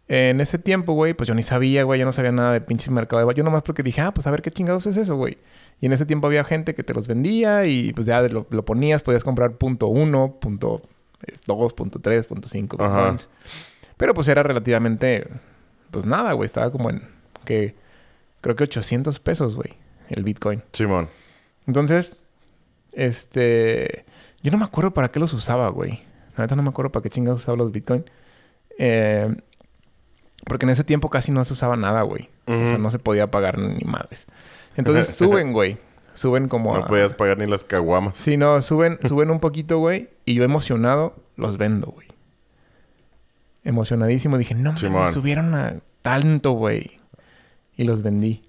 en ese tiempo, güey, pues yo ni sabía, güey, yo no sabía nada de pinche mercado de valores. Yo nomás porque dije, ah, pues a ver qué chingados es eso, güey. Y en ese tiempo había gente que te los vendía y pues ya lo, lo ponías, podías comprar punto uno, punto eh, dos, punto tres, punto cinco Ajá. bitcoins. Pero pues era relativamente, pues nada, güey, estaba como en que creo que 800 pesos, güey, el Bitcoin. Simón. Entonces, este. Yo no me acuerdo para qué los usaba, güey. La neta no me acuerdo para qué chingados usaba los Bitcoin. Eh, porque en ese tiempo casi no se usaba nada, güey. O sea, Ujú. no se podía pagar <laughs> ni madres. Entonces suben, güey. Suben como. No a- podías pagar ni las caguamas. Sí, no, suben, suben un poquito, güey. Y yo emocionado los vendo, güey. Emocionadísimo. Dije, no, Simón. mames, subieron a tanto, güey. Y los vendí.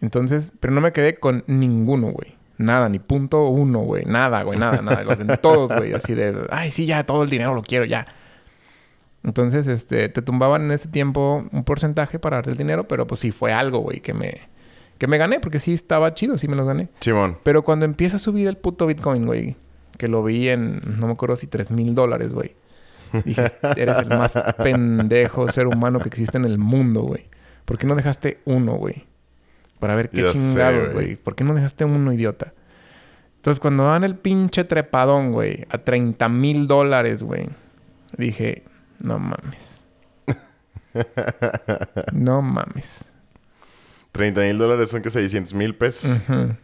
Entonces, pero no me quedé con ninguno, güey. Nada, ni punto uno, güey. Nada, güey, nada, nada. Los vendí todos, güey. Así de, ay, sí, ya, todo el dinero lo quiero, ya. Entonces, este, te tumbaban en ese tiempo un porcentaje para darte el dinero, pero pues sí fue algo, güey, que me, que me gané, porque sí estaba chido, sí me los gané. Simón. Pero cuando empieza a subir el puto Bitcoin, güey, que lo vi en, no me acuerdo si 3 mil dólares, güey. <laughs> Dije, eres el más pendejo ser humano que existe en el mundo, güey. ¿Por qué no dejaste uno, güey? Para ver qué Ya sé, chingados, güey. güey. ¿Por qué no dejaste uno, idiota? Entonces, cuando dan el pinche trepadón, güey, a 30 mil dólares, güey, dije, no mames. No mames. 30 mil dólares son que 600 mil pesos. Ujú.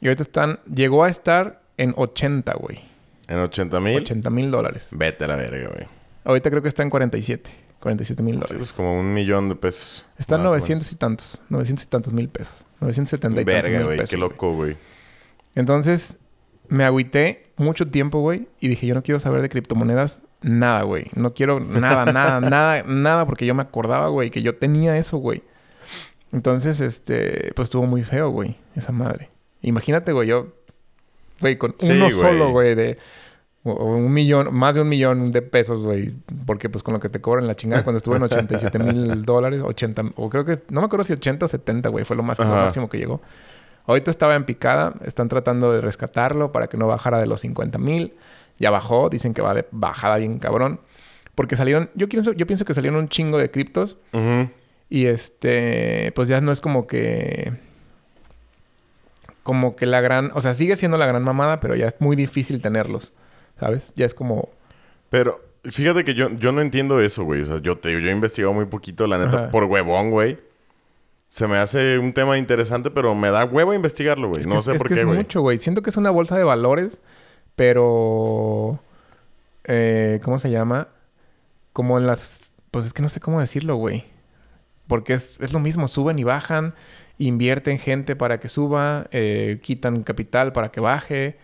Y ahorita están... Llegó a estar en 80, güey. En 80 mil. 80 mil dólares. Vete a la verga, güey. Ahorita creo que está en 47. 47 mil Sí, pues dólares. como un millón de pesos. Está en Más o 900 y tantos. 900 y tantos mil pesos. menos. 970 y tantos Verga, mil güey. pesos. Qué güey. loco, güey. Entonces, me agüité mucho tiempo, güey. Y dije, yo no quiero saber de criptomonedas nada, güey. No <laughs> quiero nada, nada, nada, nada. Porque yo me acordaba, güey, que yo tenía eso, güey. Entonces, este... Pues estuvo muy feo, güey. Esa madre. Imagínate, güey, yo... Güey, con Sí, uno güey. solo, güey, de... o- o un millón, más de un millón de pesos, güey. Porque pues con lo que te cobran la chingada cuando estuve en 87 mil dólares, 80, o creo que, no me acuerdo si 80 o 70, güey, fue lo más lo Ajá. máximo que llegó. Ahorita estaba en picada, están tratando de rescatarlo para que no bajara de los 50 mil. Ya bajó, dicen que va de bajada bien cabrón. Porque salieron, yo pienso, yo pienso que salieron un chingo de criptos Ujú. y este, pues ya no es como que, como que la gran, o sea, sigue siendo la gran mamada, pero ya es muy difícil tenerlos, ¿sabes? Ya es como, Pero fíjate que yo, yo no entiendo eso, güey. O sea, yo te digo, yo he investigado muy poquito, la neta, Ajá. por huevón, güey. Se me hace un tema interesante, pero me da huevo investigarlo, güey. Es que No es- sé es por que qué, es güey. mucho, güey. Siento que es una bolsa de valores, pero... eh, ¿Cómo se llama? Como en las... Pues es que no sé cómo decirlo, güey. Porque es, es lo mismo, suben y bajan, invierten gente para que suba, eh, quitan capital para que baje.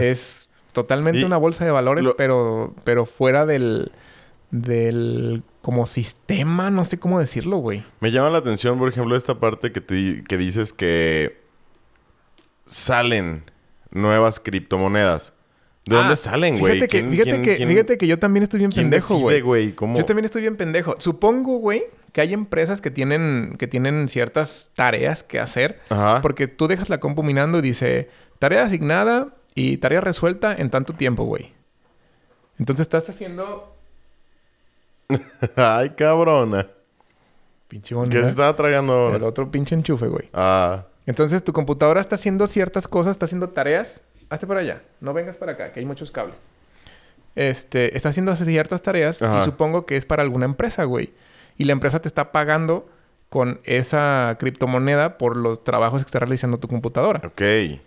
es totalmente Ah. Y una bolsa de valores, lo- pero, pero fuera del, del como sistema, no sé cómo decirlo, güey. Me llama la atención, por ejemplo, esta parte que, te- que dices que salen nuevas criptomonedas. ¿De Ah, dónde salen, güey? Fíjate, que, ¿Quién- fíjate, quién- que, quién- fíjate que yo también estoy bien quién pendejo, decide, güey. güey? ¿Cómo? Yo también estoy bien pendejo. Supongo, güey, que hay empresas que tienen, que tienen ciertas tareas que hacer. Ajá. Porque tú dejas la compu minando y dice tarea asignada y tarea resuelta en tanto tiempo, güey. Entonces estás haciendo. <laughs> Ay, cabrona. Pinche onda. ¿Qué se estaba tragando ahora? El otro pinche enchufe, güey. Ah, Entonces tu computadora está haciendo ciertas cosas, está haciendo tareas. Hazte para allá, no vengas para acá, que hay muchos cables. Este, está haciendo ciertas tareas y Ajá. supongo que es para alguna empresa, güey. Y la empresa te está pagando con esa criptomoneda por los trabajos que está realizando tu computadora, ok.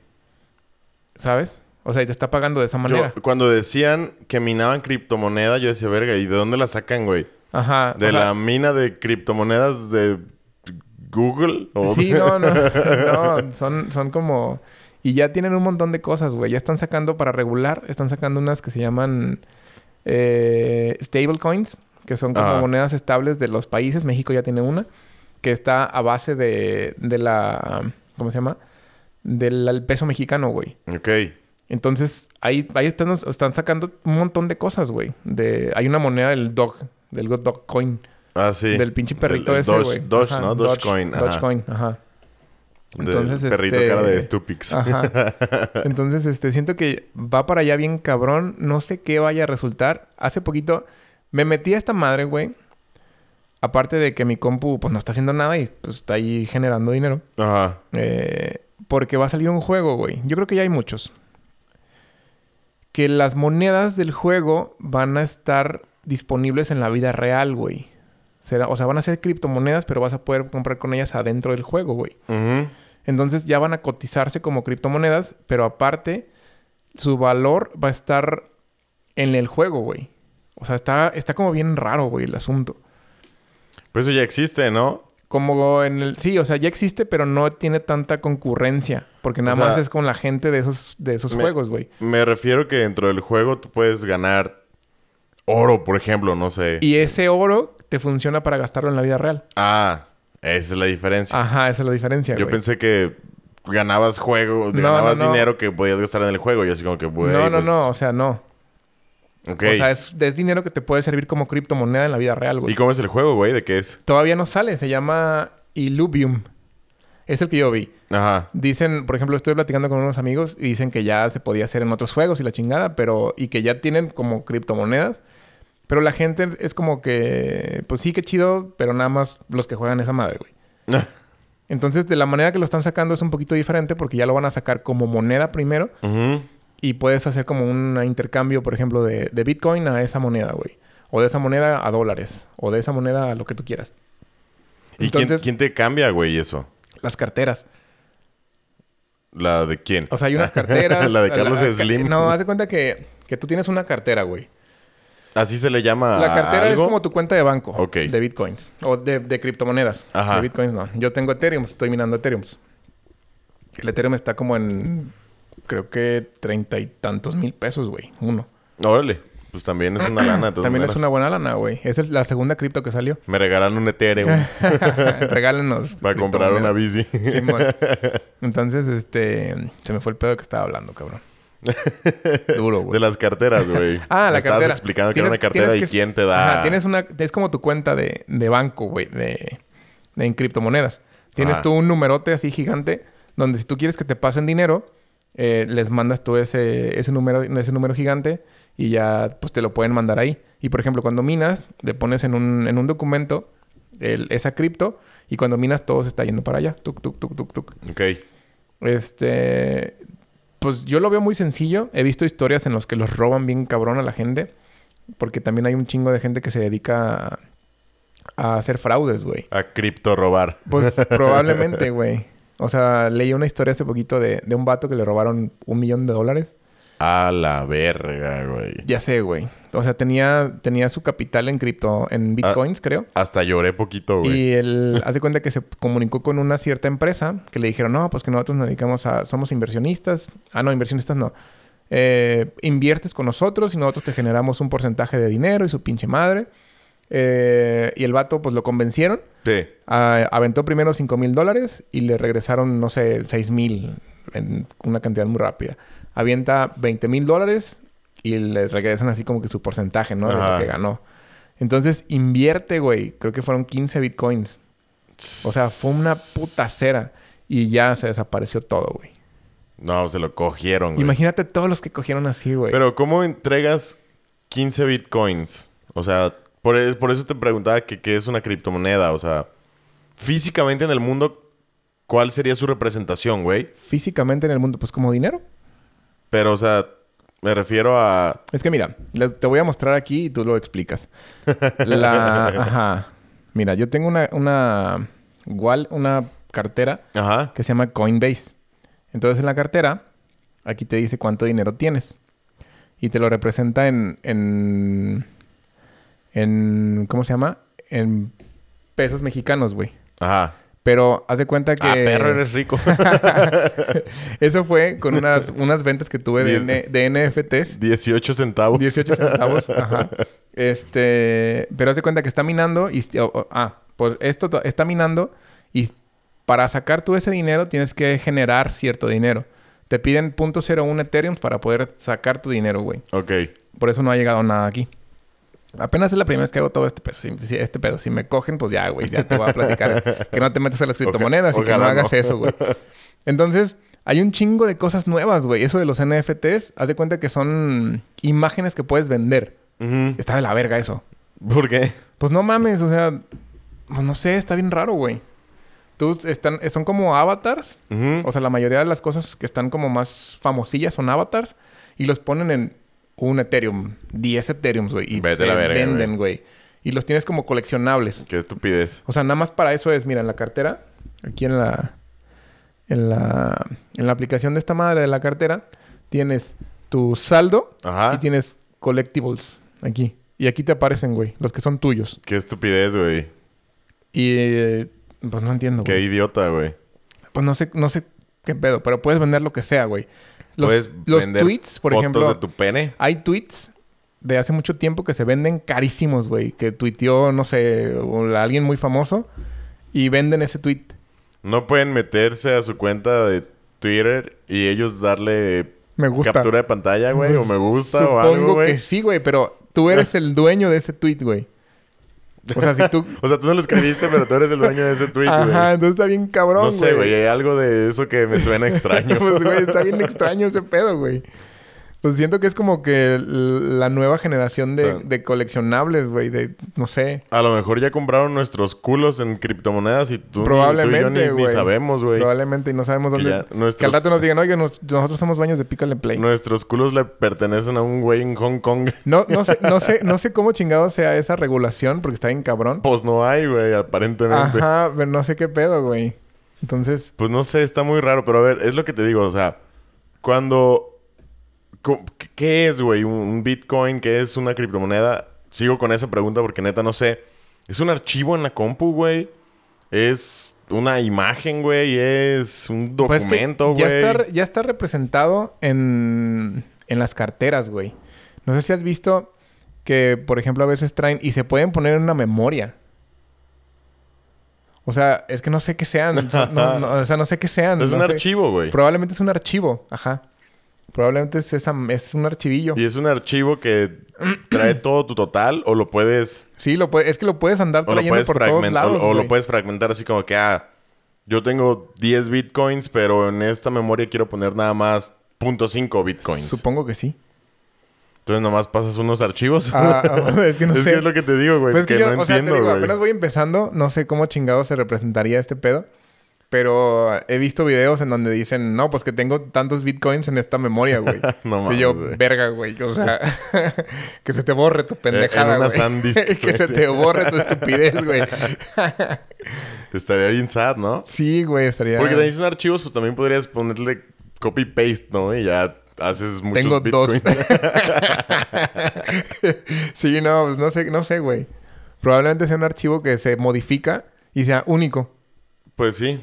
¿sabes? O sea, y te está pagando de esa manera. Yo, cuando decían que minaban criptomoneda, yo decía, verga, ¿y de dónde la sacan, güey? Ajá. o ¿De sea, la mina de criptomonedas de Google? ¿O- Sí, no, <laughs> no. No, son, son como... Y ya tienen un montón de cosas, güey. Ya están sacando para regular, están sacando unas que se llaman eh, stablecoins, que son como Ajá. monedas estables de los países. México ya tiene una, que está a base de, de la... ¿Cómo se llama? Del al peso mexicano, güey. ok. Entonces, ahí, ahí están, están sacando un montón de cosas, güey. De, hay una moneda del dog, del dog coin, Ah, sí. del pinche perrito Del- del ese, Doge- güey. Doge, Ajá, ¿no? Dogecoin, ajá. Dogecoin, ajá. Entonces, Entonces, perrito este- cara de Stupix. Ajá. Entonces, este, siento que va para allá bien cabrón. No sé qué vaya a resultar. Hace poquito me metí a esta madre, güey. Aparte de que mi compu, pues, no está haciendo nada y, pues, está ahí generando dinero. <laughs> Ajá. Eh, porque va a salir un juego, güey. Yo creo que ya hay muchos. Que las monedas del juego van a estar disponibles en la vida real, güey. Será, o sea, van a ser criptomonedas, pero vas a poder comprar con ellas adentro del juego, güey. Ujú. Entonces ya van a cotizarse como criptomonedas, pero aparte su valor va a estar en el juego, güey. O sea, está, está como bien raro, güey, el asunto. Pues eso ya existe, ¿no? Como en el... Sí, o sea, ya existe, pero no tiene tanta concurrencia. Porque nada O sea, más es con la gente de esos, de esos me- juegos, güey. Me refiero que dentro del juego tú puedes ganar oro, por ejemplo, no sé. Y ese oro te funciona para gastarlo en la vida real. Ah, esa es la diferencia. Ajá, esa es la diferencia, Yo güey. pensé que ganabas juego, No, ganabas no, no. dinero que podías gastar en el juego. Yo así como que, güey, no, no, pues, no. O sea, no. ok. O sea, es, es dinero que te puede servir como criptomoneda en la vida real, güey. ¿Y cómo es el juego, güey? ¿De qué es? Todavía no sale. Se llama Illuvium. Es el que yo vi. Ajá. <laughs> Dicen, por ejemplo, estuve platicando con unos amigos y dicen que ya se podía hacer en otros juegos y la chingada, pero... Y que ya tienen como criptomonedas. Pero la gente es como que... Pues sí, qué chido, pero nada más los que juegan esa madre, güey. Entonces, de la manera que lo están sacando es un poquito diferente porque ya lo van a sacar como moneda primero Ujú. y puedes hacer como un intercambio, por ejemplo, de, de Bitcoin a esa moneda, güey. O de esa moneda a dólares. O de esa moneda a lo que tú quieras. ¿Y Entonces- quién, quién te cambia, güey, eso? Las carteras. ¿La de quién? O sea, <laughs> hay unas carteras. La de Carlos Slim. No, haz de cuenta que, que tú tienes una cartera, güey. Así se le llama. La a cartera es Ah, algo? como tu cuenta de banco. Ok. De bitcoins. O de, de criptomonedas. Ajá. De bitcoins no. Yo tengo Ethereum. Estoy minando Ethereum. El Ethereum está como en... Creo que treinta y tantos mil pesos, güey. Uno. Órale. Pues también es <clears throat> una lana. de todas También es maneras. una buena lana, güey. Esa Es la segunda cripto <laughs> que salió. Me regalaron un <laughs> Ethereum Regálenos. para comprar una criptomonedas. bici. <laughs> Simón. Entonces, este... Se me fue el pedo que estaba hablando, <laughs> cabrón. Duro, güey. De las carteras, güey. <laughs> Ah, Me la estabas cartera. explicando que era Tienes- una cartera y tienes que- quién te da. Ajá, tienes una... Es como tu cuenta de, de banco, güey. De, de en criptomonedas. Tienes Ajá. tú un numerote así gigante donde si tú quieres que te pasen dinero, eh, les mandas tú ese, ese, número, ese número gigante y ya pues te lo pueden mandar ahí. Y por ejemplo, cuando minas, le pones en un, en un documento el- esa cripto y cuando minas todo se está yendo para allá. Tuk, tuk, tuk, tuk, tuk. Ok. Este, pues yo lo veo muy sencillo. He visto historias en las que los roban bien cabrón a la gente. Porque también hay un chingo de gente que se dedica a, a hacer fraudes, güey. A cripto robar. Pues probablemente, güey. O sea, leí una historia hace poquito de, de un vato que le robaron un millón de dólares. A la verga, güey. Ya sé, güey. O sea, tenía, tenía su capital en cripto, en bitcoins, creo. Hasta lloré poquito, güey. Y <laughs> él hace cuenta que se comunicó con una cierta empresa que le dijeron, no, pues que nosotros nos dedicamos a, somos inversionistas. Ah, no, inversionistas no. Eh, inviertes con nosotros y nosotros te generamos un porcentaje de dinero y su pinche madre. Eh, y el vato, pues lo convencieron. Sí. Ah, aventó primero 5 mil dólares y le regresaron, no sé, 6 mil en una cantidad muy rápida. Avienta 20 mil dólares y le regresan así como que su porcentaje, ¿no? De lo Ajá. que ganó. Entonces invierte, güey. Creo que fueron 15 bitcoins. O sea, fue una puta cera. Y ya se desapareció todo, güey. No, se lo cogieron, güey. Imagínate todos los que cogieron así, güey. Pero, ¿cómo entregas 15 bitcoins? O sea, por, es- por eso te preguntaba que qué es una criptomoneda. O sea, físicamente en el mundo, ¿cuál sería su representación, güey? Físicamente en el mundo, pues como dinero. Pero, o sea, me refiero a... Es que mira, le- te voy a mostrar aquí y tú lo explicas. La, ajá. Mira, yo tengo una, una, wall- una cartera <laughs> Ajá. que se llama Coinbase. Entonces en la cartera, aquí te dice cuánto dinero tienes. Y te lo representa en, en, en ¿cómo se llama? En pesos mexicanos, güey. Ajá. Pero haz de cuenta que... Ah, perro, eres rico. <laughs> Eso fue con unas, unas ventas que tuve de, Diez- N- de NFTs. 18 centavos. 18 centavos. Ajá. Este, pero hace cuenta que está minando y o- o- ah, pues esto to- está minando y para sacar tú ese dinero tienes que generar cierto dinero. Te piden 0.01 Ethereum para poder sacar tu dinero, güey. Ok. Por eso no ha llegado nada aquí. Apenas es la primera vez que hago todo este pedo. Si, si- este pedo. Si me cogen, pues ya, güey, ya te voy a platicar. que no te metas a las criptomonedas y que no ojalá hagas no. eso, güey. Entonces, hay un chingo de cosas nuevas, güey. Eso de los NFTs, haz de cuenta que son imágenes que puedes vender. Ujú. Está de la verga eso. ¿Por qué? Pues no mames, o sea, pues no sé, está bien raro, güey. Tú están, son como avatars Ujú. o sea, la mayoría de las cosas que están como más famosillas son avatars y los ponen en un Ethereum, 10 Ethereums, güey. Y Vete a se la verga, venden, güey. Y los tienes como coleccionables. Qué estupidez. O sea, nada más para eso es, mira, en la cartera, aquí en la, en la, en la aplicación de esta madre de la cartera, tienes tu saldo y Ajá. tienes collectibles aquí. Y aquí te aparecen, güey, los que son tuyos. Qué estupidez, güey. Y eh, pues no entiendo, Qué güey. idiota, güey. Pues no sé, no sé qué pedo, pero puedes vender lo que sea, güey. Los, Puedes los vender tweets, por fotos ejemplo, de tu pene. hay tweets de hace mucho tiempo que se venden carísimos, güey. Que tuiteó, no sé, o la- alguien muy famoso y venden ese tweet. No pueden meterse a su cuenta de Twitter y ellos darle Me gusta. captura de pantalla, güey, o Pues, me gusta Supongo o algo, que güey. sí, güey, pero tú eres el dueño de ese tweet, güey. O sea, si tú. O sea, tú no lo escribiste, pero tú eres <laughs> el dueño de ese tweet, güey. Ajá, entonces está bien cabrón, No sé, güey, hay algo de eso que me suena extraño. <laughs> pues, güey, está <laughs> bien extraño ese pedo, güey. Pues siento que es como que l- la nueva generación de, O sea- de coleccionables, güey. De, no sé. A lo mejor ya compraron nuestros culos en criptomonedas y tú, Probablemente, tú y yo ni- ni, güey. sabemos, güey. Probablemente y no sabemos Que dónde. ya Que al nuestros, rato nos digan, oye, nos- nosotros somos dueños de Pícale Play. No, nuestros culos le pertenecen a un güey en Hong Kong. <laughs> no, sé, no, sé, no sé cómo chingado sea esa regulación porque está bien cabrón. Pues no hay, güey, aparentemente. Ajá, pero no sé qué pedo, güey. Entonces, Pues no sé, está muy raro, pero a ver, es lo que te digo, o sea, cuando... co- ¿Qué es, güey? ¿Un- ¿Un Bitcoin? ¿Qué es una criptomoneda? Sigo con esa pregunta porque neta no sé. ¿Es un archivo en la compu, güey? ¿Es una imagen, güey? ¿Es un pues, es que documento, güey? ya, está, re- ya está representado en, en las carteras, güey. No sé si has visto que, por ejemplo, a veces traen y se pueden poner en una memoria. O sea, es que no sé qué sean. O sea, no, no- o sea, no sé qué sean. Es no un sé. archivo, güey. Probablemente es un archivo, ajá. Probablemente es, esa, es un archivillo. Y es un archivo que trae todo tu total o lo puedes... Sí, lo puede- es que lo puedes andar O lo trayendo puedes, por todos fragmentar, lados. o, lo güey. puedes fragmentar así como que, ah, yo tengo 10 bitcoins, pero en esta memoria quiero poner nada más 0.5 bitcoins. Supongo que sí. Entonces nomás pasas unos archivos. Ah, <laughs> ah, <laughs> es que no es sé. que es lo que te digo, güey. Pues es que, que yo, no o sea, entiendo, te digo, güey. <laughs> apenas voy empezando, no sé cómo chingado se representaría este pedo, pero he visto videos en donde dicen, no, pues que tengo tantos bitcoins en esta memoria, güey. <laughs> Ah, No mames, y yo, güey. E-, verga, güey, o sea, <laughs> que se te borre tu pendejada, en una güey. <laughs> sand disk, que güey, se sí. te borre tu <laughs> estupidez, güey. Estaría bien sad, ¿no? sí, güey, estaría... Porque también son archivos, pues también podrías ponerle copy-paste, ¿no? Y ya haces muchos Tengo bitcoins. <laughs> dos. sí, no, pues no sé, no sé, güey. Probablemente sea un archivo que se modifica y sea único. pues sí.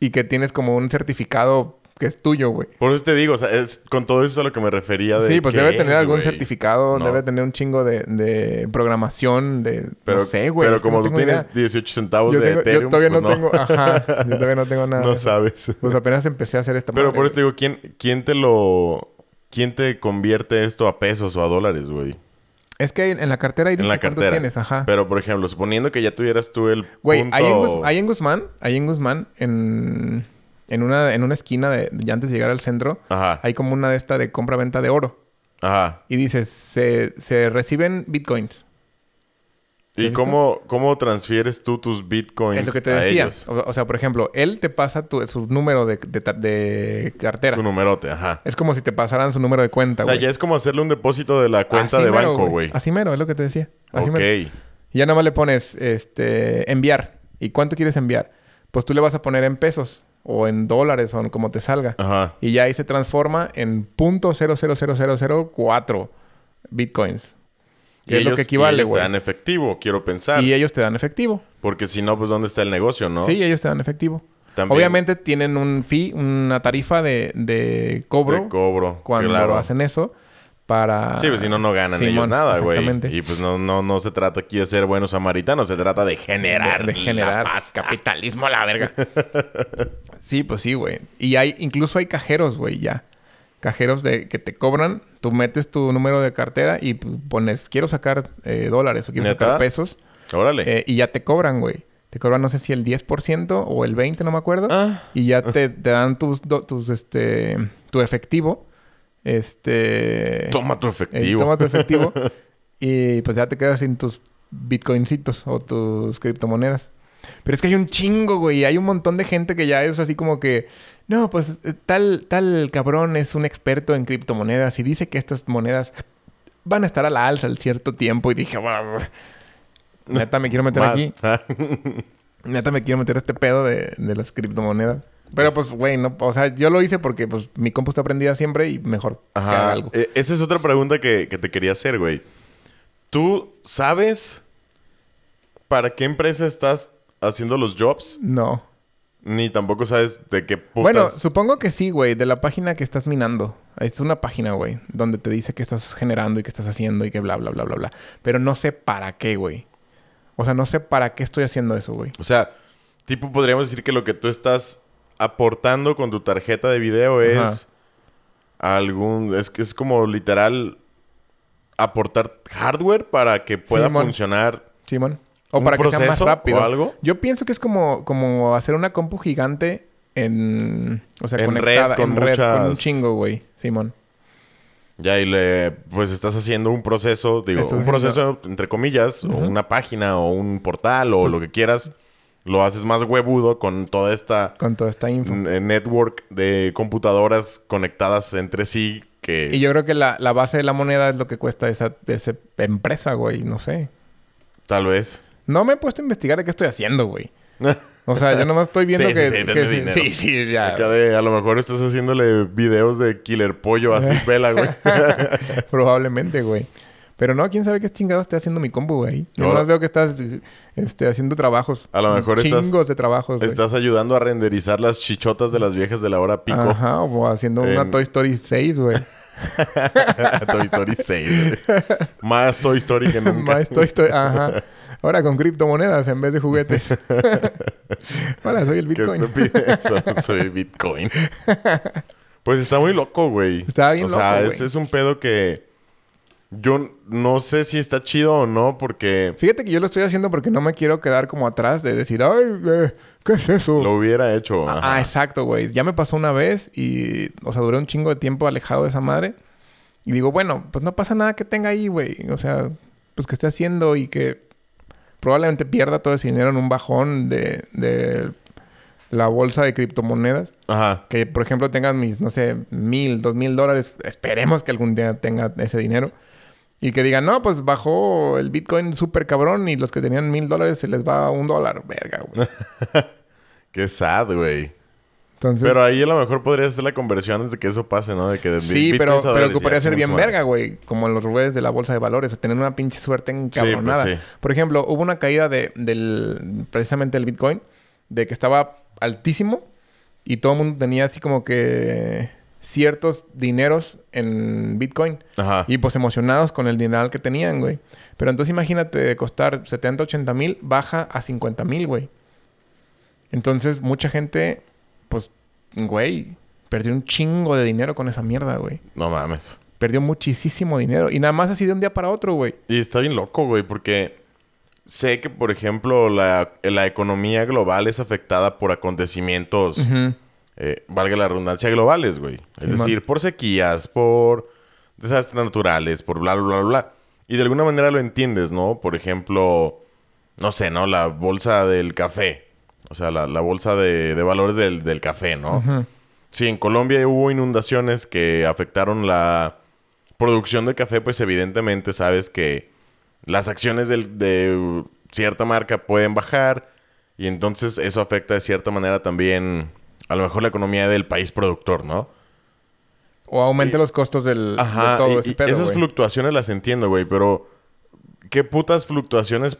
Y que tienes como un certificado que es tuyo, güey. Por eso te digo, o sea, es con todo eso a lo que me refería de Sí, pues qué debe tener es, algún güey. certificado, No. debe tener un chingo de, de programación, de... Pero, no sé, güey. Pero es que como no tú tengo idea. tienes 18 centavos Yo, de tengo- yo Ethereum, todavía pues no, tengo... Ajá. <laughs> Yo todavía no tengo nada. de no eso. <laughs> sabes. Pues apenas empecé a hacer esta Pero madre, por eso te güey. digo, ¿quién, ¿quién te lo... ¿Quién te convierte esto a pesos o a dólares, güey? Es que en la cartera ahí En dice la cuánto cartera. tienes, ajá. Pero, por ejemplo, suponiendo que ya tuvieras tú el Güey, punto... ahí, en Guz- ahí en Guzmán, ahí en Guzmán, en, en, una, en una esquina de, ya antes de llegar al centro, Ajá, hay como una de esta de compra-venta de oro. ajá. Y dices, se, se reciben bitcoins. ¿Sí ¿Y has cómo, cómo transfieres tú tus bitcoins Es lo que te a decía. ellos? O, o sea, por ejemplo, él te pasa tu- su número de, de ta- de cartera. Su numerote, ajá. Es como si te pasaran su número de cuenta, O sea, güey. ya es como hacerle un depósito de la cuenta Así de mero, banco, güey. Así mero, es lo que te decía. Así Ok. mero. Y ya nomás le pones este enviar. ¿Y cuánto quieres enviar? Pues tú le vas a poner en pesos o en dólares o en como te salga. Ajá. Y ya ahí se transforma en .00004 bitcoins. Que es lo que equivale, ellos te güey. dan efectivo, quiero pensar. Y ellos te dan efectivo. Porque si no, pues ¿dónde está el negocio, no? Sí, ellos te dan efectivo. También Obviamente tienen un fee, una tarifa de, de cobro De cobro. cuando claro. hacen eso para... Sí, pues si no, no ganan ellos Simón, nada, güey. exactamente. Y pues no, no, no se trata aquí de ser buenos samaritanos, se trata de generar, De- de generar. la paz, capitalismo a la verga. <laughs> Sí, pues sí, güey. Y hay, incluso hay cajeros, güey, ya. Cajeros de que te cobran, tú metes tu número de cartera y p- pones, quiero sacar eh, dólares o quiero ¿Neta? sacar pesos. Órale. eh, y ya te cobran, güey. Te cobran, no sé si el 10% o el 20%, no me acuerdo. Ah, Y ya te, te dan tus, do- tus, este, tu efectivo. Este... toma tu eh, efectivo. toma <laughs> tu efectivo. y pues ya te quedas sin tus bitcoincitos o tus criptomonedas. Pero es que hay un chingo, güey. Hay un montón de gente que ya es así como que... No, pues eh, tal, tal cabrón es un experto en criptomonedas y dice que estas monedas van a estar a la alza al cierto tiempo. Y dije, "Wow, neta me quiero meter Más. aquí. Neta me quiero meter a este pedo de, de las criptomonedas. Pero pues, güey, no... O sea, yo lo hice porque pues mi compu está prendida siempre y mejor que <laughs> haga Ajá. algo. Eh, esa es otra pregunta que, que te quería hacer, güey. ¿Tú sabes para qué empresa estás haciendo los jobs? No. Ni tampoco sabes de qué putas... Bueno, supongo que sí, güey, de la página que estás minando. Es una página, güey, donde te dice que estás generando y que estás haciendo y que bla, bla, bla, bla, bla. Pero no sé para qué, güey. O sea, no sé para qué estoy haciendo eso, güey. O sea, tipo podríamos decir que lo que tú estás aportando con tu tarjeta de video es algún es que es como literal aportar hardware para que pueda Simón. funcionar. Simón. O ¿Un para que sea más proceso rápido. o algo? Yo pienso que es como, como hacer una compu gigante en... O sea, En red, conectada con en red con un muchas- chingo, güey. Simón. Ya y le pues estás haciendo un proceso, digo, Estás un haciendo- proceso entre comillas, o Ujú. una página o un portal o lo que quieras, lo haces más huevudo con toda esta Con toda esta info. n- network de computadoras conectadas entre sí que Y yo creo que la, la base de la moneda es lo que cuesta esa, esa empresa, güey. No sé. tal vez No me he puesto a investigar de qué estoy haciendo, güey. <laughs> O sea, yo nomás estoy viendo Sí, sí, que... sí, denme que- dinero. sí, sí, ya. Acá de, a lo mejor estás haciéndole videos de killer pollo así, vela, <laughs> güey. Pues Probablemente, güey. Pero no, quién sabe qué chingados está haciendo mi combo, güey. Yo No. nomás veo que estás este, haciendo trabajos. A lo mejor Chingos estás- de trabajos, güey. estás ayudando a renderizar las chichotas de las viejas de la hora pico. Ajá, o haciendo una En- Toy Story 6, güey. <laughs> Toy Story 6. güey. Más Toy Story que nunca. <laughs> Más Toy Story... <laughs> Ajá. Ahora con criptomonedas en vez de juguetes. <laughs> Ahora soy el Qué Bitcoin. estupidez. Solo Soy <laughs> Bitcoin. Pues está muy loco, güey. Está bien O sea, loco, es, güey. es un pedo que... Yo no sé si está chido o no, porque Fíjate que yo lo estoy haciendo porque no me quiero quedar como atrás de decir, ay, eh, ¿qué es eso? lo hubiera hecho. Ah, ajá. exacto, güey. Ya me pasó una vez y, o sea, duré un chingo de tiempo alejado de esa madre. Y digo, bueno, pues no pasa nada que tenga ahí, güey. O sea, pues que esté haciendo y que probablemente pierda todo ese dinero en un bajón de, de la bolsa de criptomonedas. Ajá. Que, por ejemplo, tengan mis, no sé, mil, dos mil dólares. Esperemos que algún día tenga ese dinero. Y que digan, no, pues bajó el Bitcoin súper cabrón y los que tenían mil dólares se les va un dólar. Verga, <laughs> güey. Qué sad, güey. Entonces... Pero ahí a lo mejor podría hacer la conversión antes de que eso pase, ¿no? De que de Sí, Bitcoin pero, a pero dólares, ocuparía ya, ser chinga su bien madre. verga, güey. Como los rubés de la bolsa de valores. A tener una pinche suerte encabronada. Sí, pues Por ejemplo, hubo una caída de, del... Precisamente del Bitcoin. De que estaba altísimo. Y todo el mundo tenía así como que... Ciertos dineros en Bitcoin. Ajá. Y pues emocionados con el dineral que tenían, güey. Pero entonces imagínate de costar 70, 80 mil, baja a 50 mil, güey. Entonces mucha gente, pues, güey, perdió un chingo de dinero con esa mierda, güey. No mames. Perdió muchísimo dinero. Y nada más así de un día para otro, güey. Y está bien loco, güey, porque sé que, por ejemplo, la, la economía global es afectada por acontecimientos, Ujú. eh, valga la redundancia, globales, güey. Es Simón. decir, por sequías, por desastres naturales, por bla, bla, bla, bla. Y de alguna manera lo entiendes, ¿no? Por ejemplo, no sé, ¿no? La bolsa del café. O sea, la, la bolsa de, de valores del, del café, ¿no? Ujú. Sí, en Colombia hubo inundaciones que afectaron la producción de café, pues evidentemente sabes que las acciones del- de uh, cierta marca pueden bajar y entonces eso afecta de cierta manera también a lo mejor la economía del país productor, ¿no? O aumente los costos del, de Ajá, todo y- ese y pedo, esas güey. fluctuaciones las entiendo, güey, pero ¿qué putas fluctuaciones,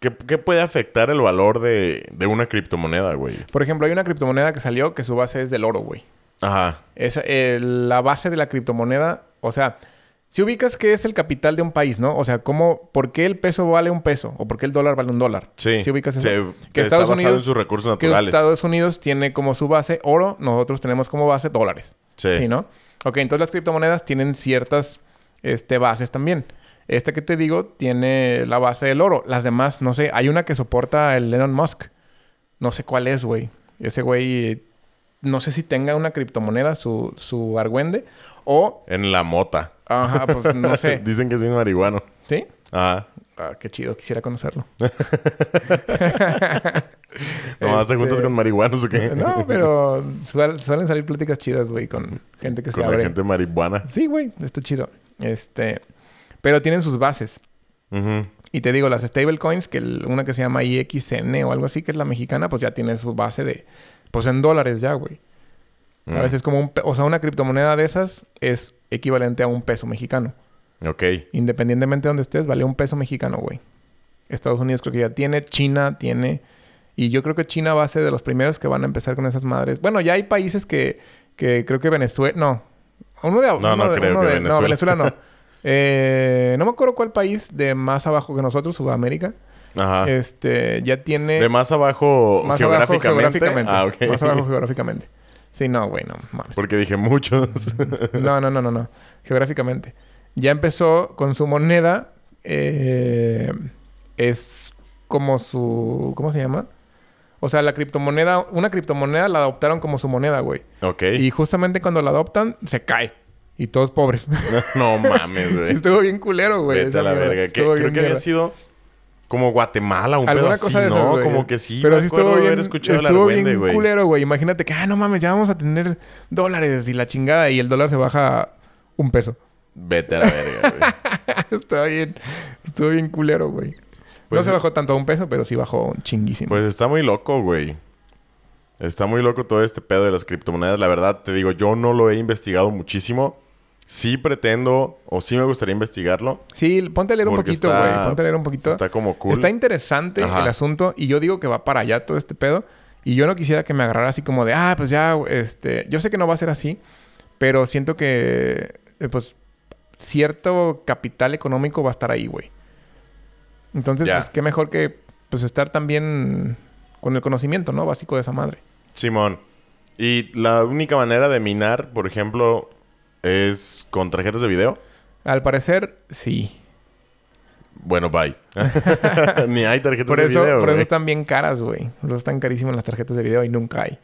qué, qué puede afectar el valor de, de una criptomoneda, güey? Por ejemplo, hay una criptomoneda que salió que su base es del oro, güey. Ajá, Es eh, la base de la criptomoneda. O sea, si ubicas que es el capital de un país, ¿no? O sea, ¿cómo, ¿por qué el peso vale un peso? ¿O por qué el dólar vale un dólar? sí. Si ubicas eso. Sí, que está Estados basado Unidos... en sus recursos que naturales. Estados Unidos tiene como su base oro, nosotros tenemos como base dólares. Sí. ¿no? Ok, entonces las criptomonedas tienen ciertas este, bases también. Esta que te digo tiene la base del oro. Las demás, no sé, hay una que soporta el Elon Musk. No sé cuál es, güey. Ese güey, no sé si tenga una criptomoneda, su, su argüende, o, En la mota. ajá, pues <laughs> no sé, Dicen que es bien marihuano. ¿sí? Ajá. Ah, qué chido, <laughs> quisiera conocerlo. Nomás Este, te juntas con marihuanos o qué? No, <laughs> pero suel- suelen salir pláticas chidas, güey, con gente que se con la abre. gente marihuana. Sí, güey, está chido. Este, pero tienen sus bases. Ujú. Y te digo, las stablecoins, que el- una que se llama IXN o algo así, que es la mexicana, pues ya tiene su base de, pues en dólares ya, güey. Mm. A veces como un, pe- o sea, una criptomoneda de esas es equivalente a un peso mexicano. Mm. Ok. Independientemente de donde estés, vale un peso mexicano, güey. Estados Unidos creo que ya tiene, China tiene. Y yo creo que China va a ser de los primeros que van a empezar con esas madres. Bueno, ya hay países que, que creo que Venezuela. No. Uno de. No, no uno de- creo uno que de- Venezuela. No, Venezuela <laughs> no. Eh, no me acuerdo cuál país de más abajo que nosotros, Sudamérica. Ajá. Este, ya tiene. Ah. de más abajo más abajo geográficamente. geográficamente. Ah, ok. Más <laughs> abajo geográficamente. Sí, no, güey, no mames. Porque dije muchos. <laughs> No, no, no, no, no. Geográficamente. Ya empezó con su moneda. eh, es como su. ¿Cómo se llama? O sea, la criptomoneda, una criptomoneda la adoptaron como su moneda, güey. ok. Y justamente cuando la adoptan, se cae. Y todos pobres. <laughs> <laughs> no mames, güey. sí, estuvo bien culero, güey. Vete esa a la mierda. verga. Que- Estuvo creo que bien había mierda. sido como Guatemala, un pedo Alguna así, cosa de esas, ¿no? güey. Como que sí. Pero me sí acuerdo estuvo haber bien, escuchado el estuvo argüende, bien güey. culero, güey. Imagínate que, ah, no mames, ya vamos a tener dólares y la chingada. Y el dólar se baja a un peso. Vete a la verga, <laughs> güey. Está bien. Estuvo bien culero, güey. no Pues- se bajó tanto a un peso, pero sí bajó un chinguísimo. Pues está muy loco, güey. Está muy loco todo este pedo de las criptomonedas. La verdad, te digo, yo no lo he investigado muchísimo. Sí pretendo, o sí me gustaría investigarlo. sí, ponte a leer un porque poquito, está- güey. Ponte a leer un poquito. Está como cool. Está interesante Ajá. el asunto y yo digo que va para allá todo este pedo. Y yo no quisiera que me agarrara así como de, ah, pues ya, este... Yo sé que no va a ser así, pero siento que, eh, pues, cierto capital económico va a estar ahí, güey. Entonces, Ya. pues, qué mejor que, pues, estar también con el conocimiento, ¿no? Básico de esa madre. Simón. Y la única manera de minar, por ejemplo, es con tarjetas de video. Al parecer, sí. Bueno, <laughs> bye. <laughs> Ni hay tarjetas Por de eso, video, por eso güey. están bien caras, güey. Los están carísimas las tarjetas de video y nunca hay.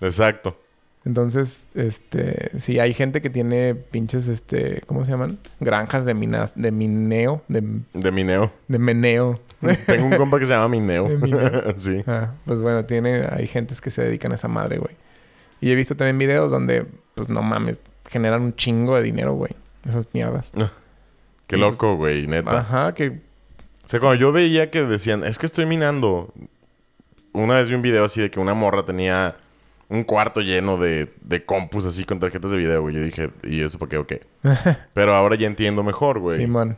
Exacto. Entonces, este, sí, hay gente que tiene pinches, este, ¿cómo se llaman? Granjas de minas, de mineo, de, De <laughs> Mineo. de meneo. Tengo un compa que se llama Mineo. De Mineo. <laughs> sí. Ah, pues bueno, tiene, hay gentes que se dedican a esa madre, güey. Y he visto también videos donde, pues no mames, generan un chingo de dinero, güey. Esas mierdas. Qué pues- loco, güey, neta. Ajá, que O sea, cuando yo veía que decían, es que estoy minando. Una vez vi un video así de que una morra tenía un cuarto lleno de, de compus así con tarjetas de video, güey. Yo dije, ¿y eso por qué o <laughs> qué? Pero ahora ya entiendo mejor, güey. Simón,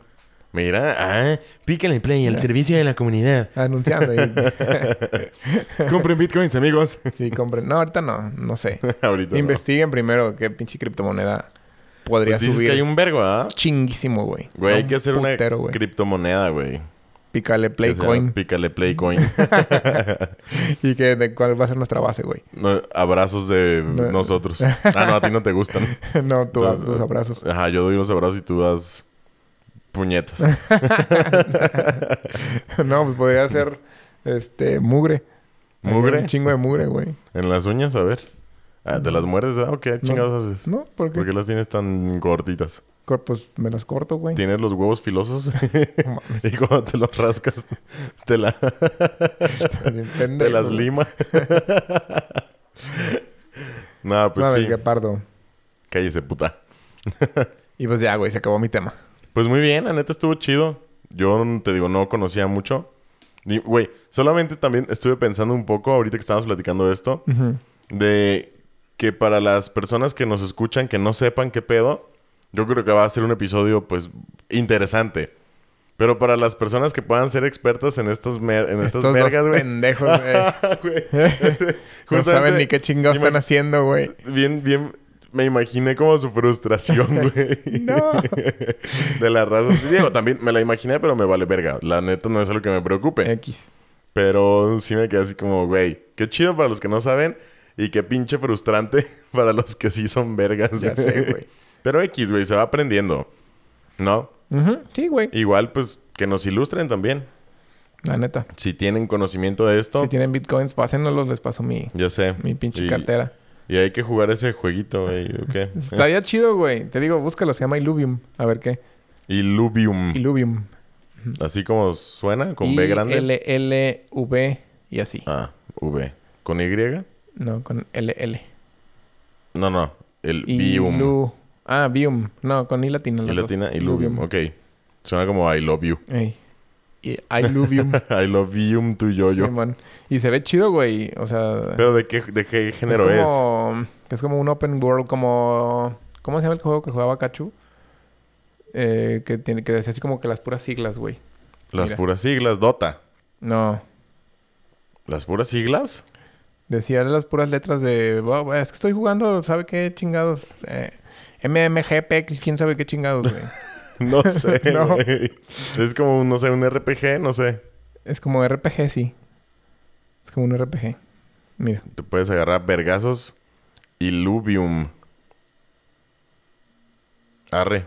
Mira, ah, pícale play al servicio de la comunidad. <laughs> anunciando. ahí. <laughs> Compren bitcoins, amigos. <laughs> sí, compren. No, ahorita no, no sé. Ahorita. no. Investiguen primero qué pinche criptomoneda podría Pues dices subir. que hay un vergo, ¿ah? Chinguísimo, güey. Güey, hay Un que hacer una putero, güey. criptomoneda, güey. Que Pícale sea Playcoin. Pícale Playcoin. <laughs> y que de cuál va a ser nuestra base, güey. <laughs> No, abrazos de No. <laughs> nosotros. Ah, no, a ti no te gustan. no, tú haz Entonces, los abrazos. <laughs> Ajá, yo doy los abrazos y tú das puñetas. <laughs> no, pues podría ser este mugre. Hay ¿Mugre? Un chingo de mugre, güey. En las uñas, a ver. Ah, ¿Te las muerdes? Ah, ¿o ¿qué chingados haces? No, porque ¿Por qué las tienes tan gorditas? Cor- pues me las corto, güey. <laughs> ¿Tienes los huevos filosos? No <laughs> mames, y cuando te los rascas, te, <laughs> la- estás bien te pendejo, las güey. lima. <laughs> Nada, pues Mames, sí. qué pardo. Cállese, puta. Y pues ya, güey, se acabó mi tema. Pues muy bien, la neta estuvo chido. Yo mm, te digo, no conocía mucho. Ni- Güey, solamente también estuve pensando un poco, ahorita que estábamos platicando de esto, Ujú. de que para las personas que nos escuchan, que no sepan qué pedo, yo creo que va a ser un episodio, pues, interesante. Pero para las personas que puedan ser expertas en estas, mer- en estas Estos dos vergas, güey. pendejos, güey. <laughs> Güey. <laughs> No saben ni qué chingados imag- están haciendo, güey. Bien, bien. Me imaginé como su <laughs> frustración, güey. No. De la raza. Diego, también me la imaginé, pero me vale verga. La neta no es algo que me preocupe. <laughs> X. Pero sí me quedé así como, güey, qué chido para los que no saben y qué pinche frustrante <laughs> para los que sí son vergas. Ya sé, güey. <laughs> Pero X, güey, se va aprendiendo. ¿No? Ujú, Sí, güey. Igual, pues, que nos ilustren también. La neta. Si tienen conocimiento de esto, Si tienen bitcoins, pásenlos, les paso mi, ya sé. mi pinche Y- cartera. Y hay que jugar ese jueguito, güey. ¿o <laughs> qué? Estaría chido, güey. Te digo, búscalo, se llama Illuvium. A ver qué. Illuvium. Illuvium. Así como suena, Mm. con B grande. L, E. L, V y así. Ah, V. ¿Con Y? No, con L, L. No, no. El Bium. Illu- Ah, Bium. No, con I latina. Y las dos. latina, Illuvium. Ok. Suena como I love you. <laughs> Ey. Y Illuvium. I love you to <laughs> yo yo. Simón. y se ve chido, güey. O sea... Pero ¿de qué, de qué género es es? como, es? como un open world, como... ¿Cómo se llama el juego que jugaba Cachu? Eh, que, tiene, que decía así como que las puras siglas, güey. Las Mira. puras siglas, Dota. No. ¿Las puras siglas? <laughs> Decía las puras letras de... "Wow, güey, es que estoy jugando, ¿sabe qué chingados? Eh, MMGP, quién sabe qué chingados, <laughs> güey. <laughs> No sé. No. güey. Es como, no sé, un RPG, no sé. es como RPG, sí. Es como un RPG. Mira. Te puedes agarrar vergazos. Illuvium. Arre,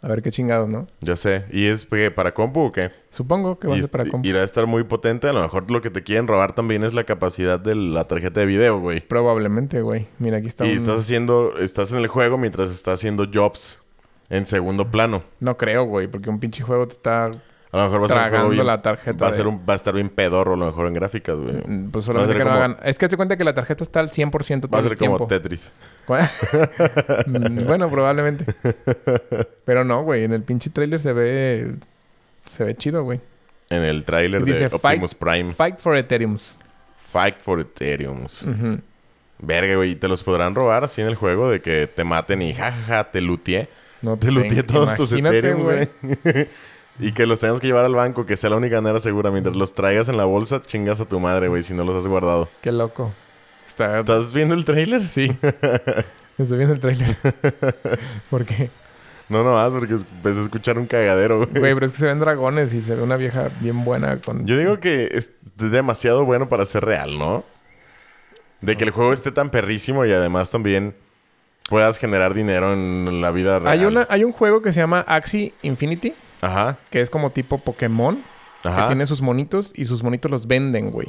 A ver qué chingados, ¿no? ya sé. ¿Y es qué, para compu o qué? Supongo que va a Y ser para est- comp- Irá a estar muy potente. A lo mejor lo que te quieren robar también es la capacidad de la tarjeta de video, güey. Probablemente, güey. Mira, aquí está Y un- estás haciendo, estás en el juego mientras estás haciendo jobs en segundo plano. No creo, güey, porque un pinche juego te está... A lo mejor va a ser un juego Tragando bien- la tarjeta Va a, de- ser un- va a estar bien pedorro, a lo mejor en gráficas, güey. Mm, Pues Va a solamente ser que no como- hagan... Es que te cuenta que la tarjeta está al 100% todo Va a ser el como tiempo. Tetris. Mm, <laughs> bueno, probablemente. Pero no, güey. En el pinche trailer se ve... Se ve chido, güey. En el tráiler Y de dice, Optimus Prime. Fight for Ethereum. Fight for Ethereum. Ujú. Verga, güey. ¿Te los podrán robar así en el juego de que te maten y jajaja, te luteé? No pues, Te luteé todos tus imagínate, Ethereum, güey. <laughs> y que los tengas que llevar al banco, que sea la única manera segura. Mientras los traigas en la bolsa, chingas a tu madre, güey, si no los has guardado. Qué loco. <laughs> Está... ¿Estás viendo el tráiler? Sí. Estoy viendo <laughs> el trailer. Porque... No, no vas porque es- empecé a escuchar un cagadero, güey. Güey, pero es que se ven dragones y se ve una vieja bien buena con... Yo digo que es demasiado bueno para ser real, ¿no? De que el juego esté tan perrísimo y además también puedas generar dinero en la vida real. Hay, una, hay un juego que se llama Axie Infinity, Ajá, que es como tipo Pokémon, que ajá. tiene sus monitos y sus monitos los venden, güey.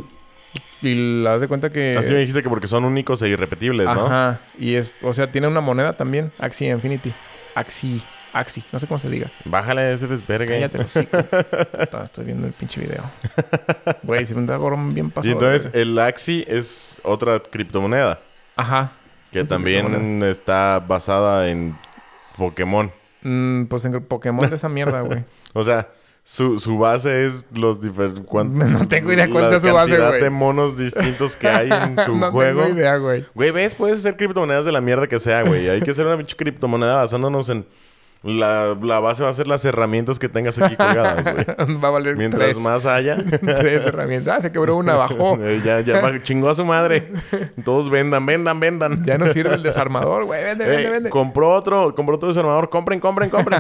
Y la das de cuenta que. Así me dijiste que porque son únicos e irrepetibles, ¿no? Ajá. Y es, o sea, tiene una moneda también, Axie Infinity. Axie, Axie, no sé cómo se diga. Bájale ese desvergue. Cállate, <laughs> los hocico. Estaba- Estoy viendo el pinche video. Güey, se me está gorón bien pasado. Y entonces güey. el Axi es otra criptomoneda Ajá. que Sí, sí, también criptomoneda. está basada en Pokémon. Mm, pues en Pokémon de esa mierda, <laughs> güey. O sea, su, su base es los diferentes... <laughs> No tengo idea cuánta es su base, güey. de monos distintos que hay <laughs> en su no juego. tengo idea, güey. <laughs> Güey, ¿ves? Puedes hacer criptomonedas de la mierda que sea, güey. Hay que hacer una pinche criptomoneda basándonos en... La, la base va a ser las herramientas que tengas aquí colgadas, <laughs> güey. Va a valer Mientras tres, más haya... <laughs> tres herramientas. Ah, se quebró <laughs> una, bajó. Eh, ya, ya va- chingó a su madre. Todos vendan, vendan, vendan. Ya no sirve el desarmador, güey. Vende, Eh, vende, vende. Compró otro, compró otro desarmador. Compren, compren, <laughs> compren.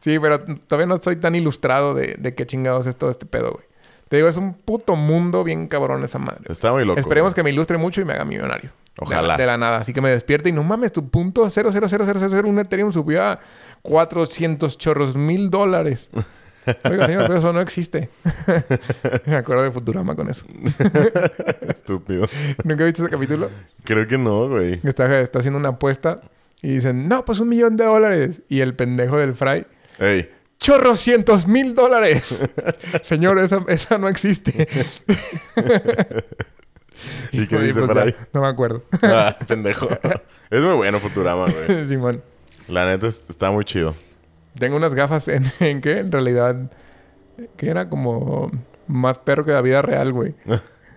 Sí, pero todavía no estoy tan ilustrado de, de qué chingados es todo este pedo, güey. Te digo, es un puto mundo bien cabrón esa madre. Está muy loco. Esperemos que me ilustre mucho y me haga millonario. Ojalá. De, de la nada. Así que me despierte y no mames, tu punto 0000001 un Ethereum subió a 400 chorros <laughs> mil dólares. Oiga, señor, pero eso no existe. <laughs> me acuerdo de Futurama con eso. <laughs> Estúpido. ¿Nunca viste <laughs> ese capítulo? Creo que no, güey. Está, está haciendo una apuesta y dicen, no, pues un millón de dólares. Y el pendejo del Fry, Ey, chorros cientos mil <laughs> dólares. señor, esa, esa no existe. ¿y qué <laughs> Oye, dice pues para ya, ahí? No me acuerdo. Ah, <laughs> pendejo. Es muy bueno Futurama, güey. Simón. La neta es- está muy chido. Tengo unas gafas en, <laughs> en que en realidad que era como más perro que la vida real, güey.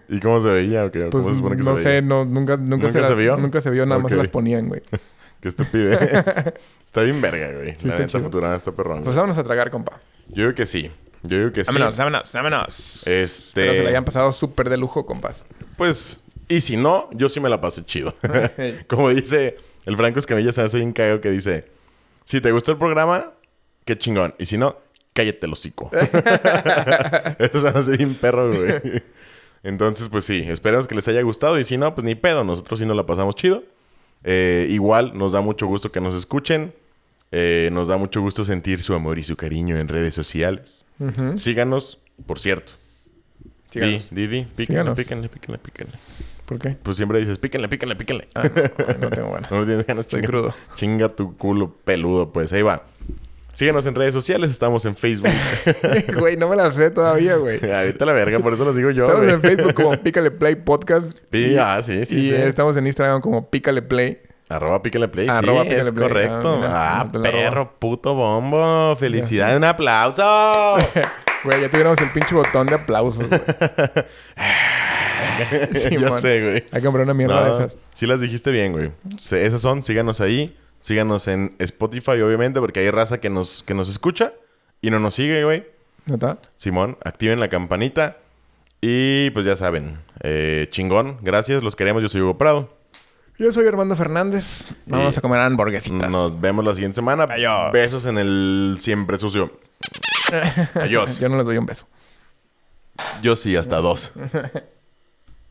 ¿Y cómo se veía? o qué? Pues ¿Cómo se supone que no se sé, veía? no, nunca, nunca, ¿Nunca las- se vio? Nunca se vio, nada más Ok. las <laughs> ponían, güey. Qué estupidez. <laughs> está bien verga, güey. Sí, La está neta chido. Futurama está perrón. Pues güey. vámonos a Ah, tragar, compa. Yo digo que sí. Yo digo que sí. Vámonos, vámonos, vámonos. Este. Pero se la hayan pasado súper de <laughs> lujo, compas. Pues, y si no, yo sí me la pasé <laughs> chido. Como dice el Franco Escamilla, se hace bien cago que dice: Si te gustó el programa, qué chingón. Y si no, cállate el <laughs> hocico. Eso se me hace bien perro, güey. Entonces, pues sí, esperemos que les haya gustado. Y si no, pues ni pedo, nosotros sí nos la pasamos chido. Eh, igual nos da mucho gusto que nos escuchen. Eh, nos da mucho gusto sentir su amor y su cariño en redes sociales. Ujú. Síganos, por cierto. Síganos. Di, di, di. Píquenle, Síganos. píquenle, píquenle, píquenle. ¿Por qué? Pues siempre dices, píquenle, píquenle, píquenle. Ah, no, no tengo ganas. <laughs> No lo tienes ganas, Estoy chinga, <laughs> crudo. <laughs> chinga tu culo peludo, pues. Ahí va. Síguenos en redes sociales. Estamos en Facebook. <laughs> Güey, no me la sé todavía, güey. Ahorita la verga, por eso los digo yo, Estamos güey. en Facebook como <laughs> Pícale Play Podcast. Sí, y- ah, sí, sí, y sí. estamos en Instagram como Pícale Play. <laughs> Arroba píquenle play. Arroba sí, píquenle es play. correcto. Ah, mira, Ah, no te la robo. perro, puto bombo. Felicidad. Un <laughs> aplauso. <laughs> Güey, ya tuviéramos el pinche botón de aplausos, güey. yo Simón. sé, güey. Hay que comprar una mierda de No, esas. Sí las dijiste bien, güey. Se- esas son, síganos ahí. Síganos en Spotify, obviamente, porque hay raza que nos, que nos escucha y no nos sigue, güey. ¿No está? Simón, activen la campanita. Y pues ya saben, eh, chingón, gracias, los queremos. Yo soy Hugo Prado. Yo soy Armando Fernández. Vamos Y- a comer hamburguesitas. Nos vemos la siguiente semana. Adiós. Besos en el siempre sucio. Adiós. Yo no les doy un beso. Yo sí, hasta dos.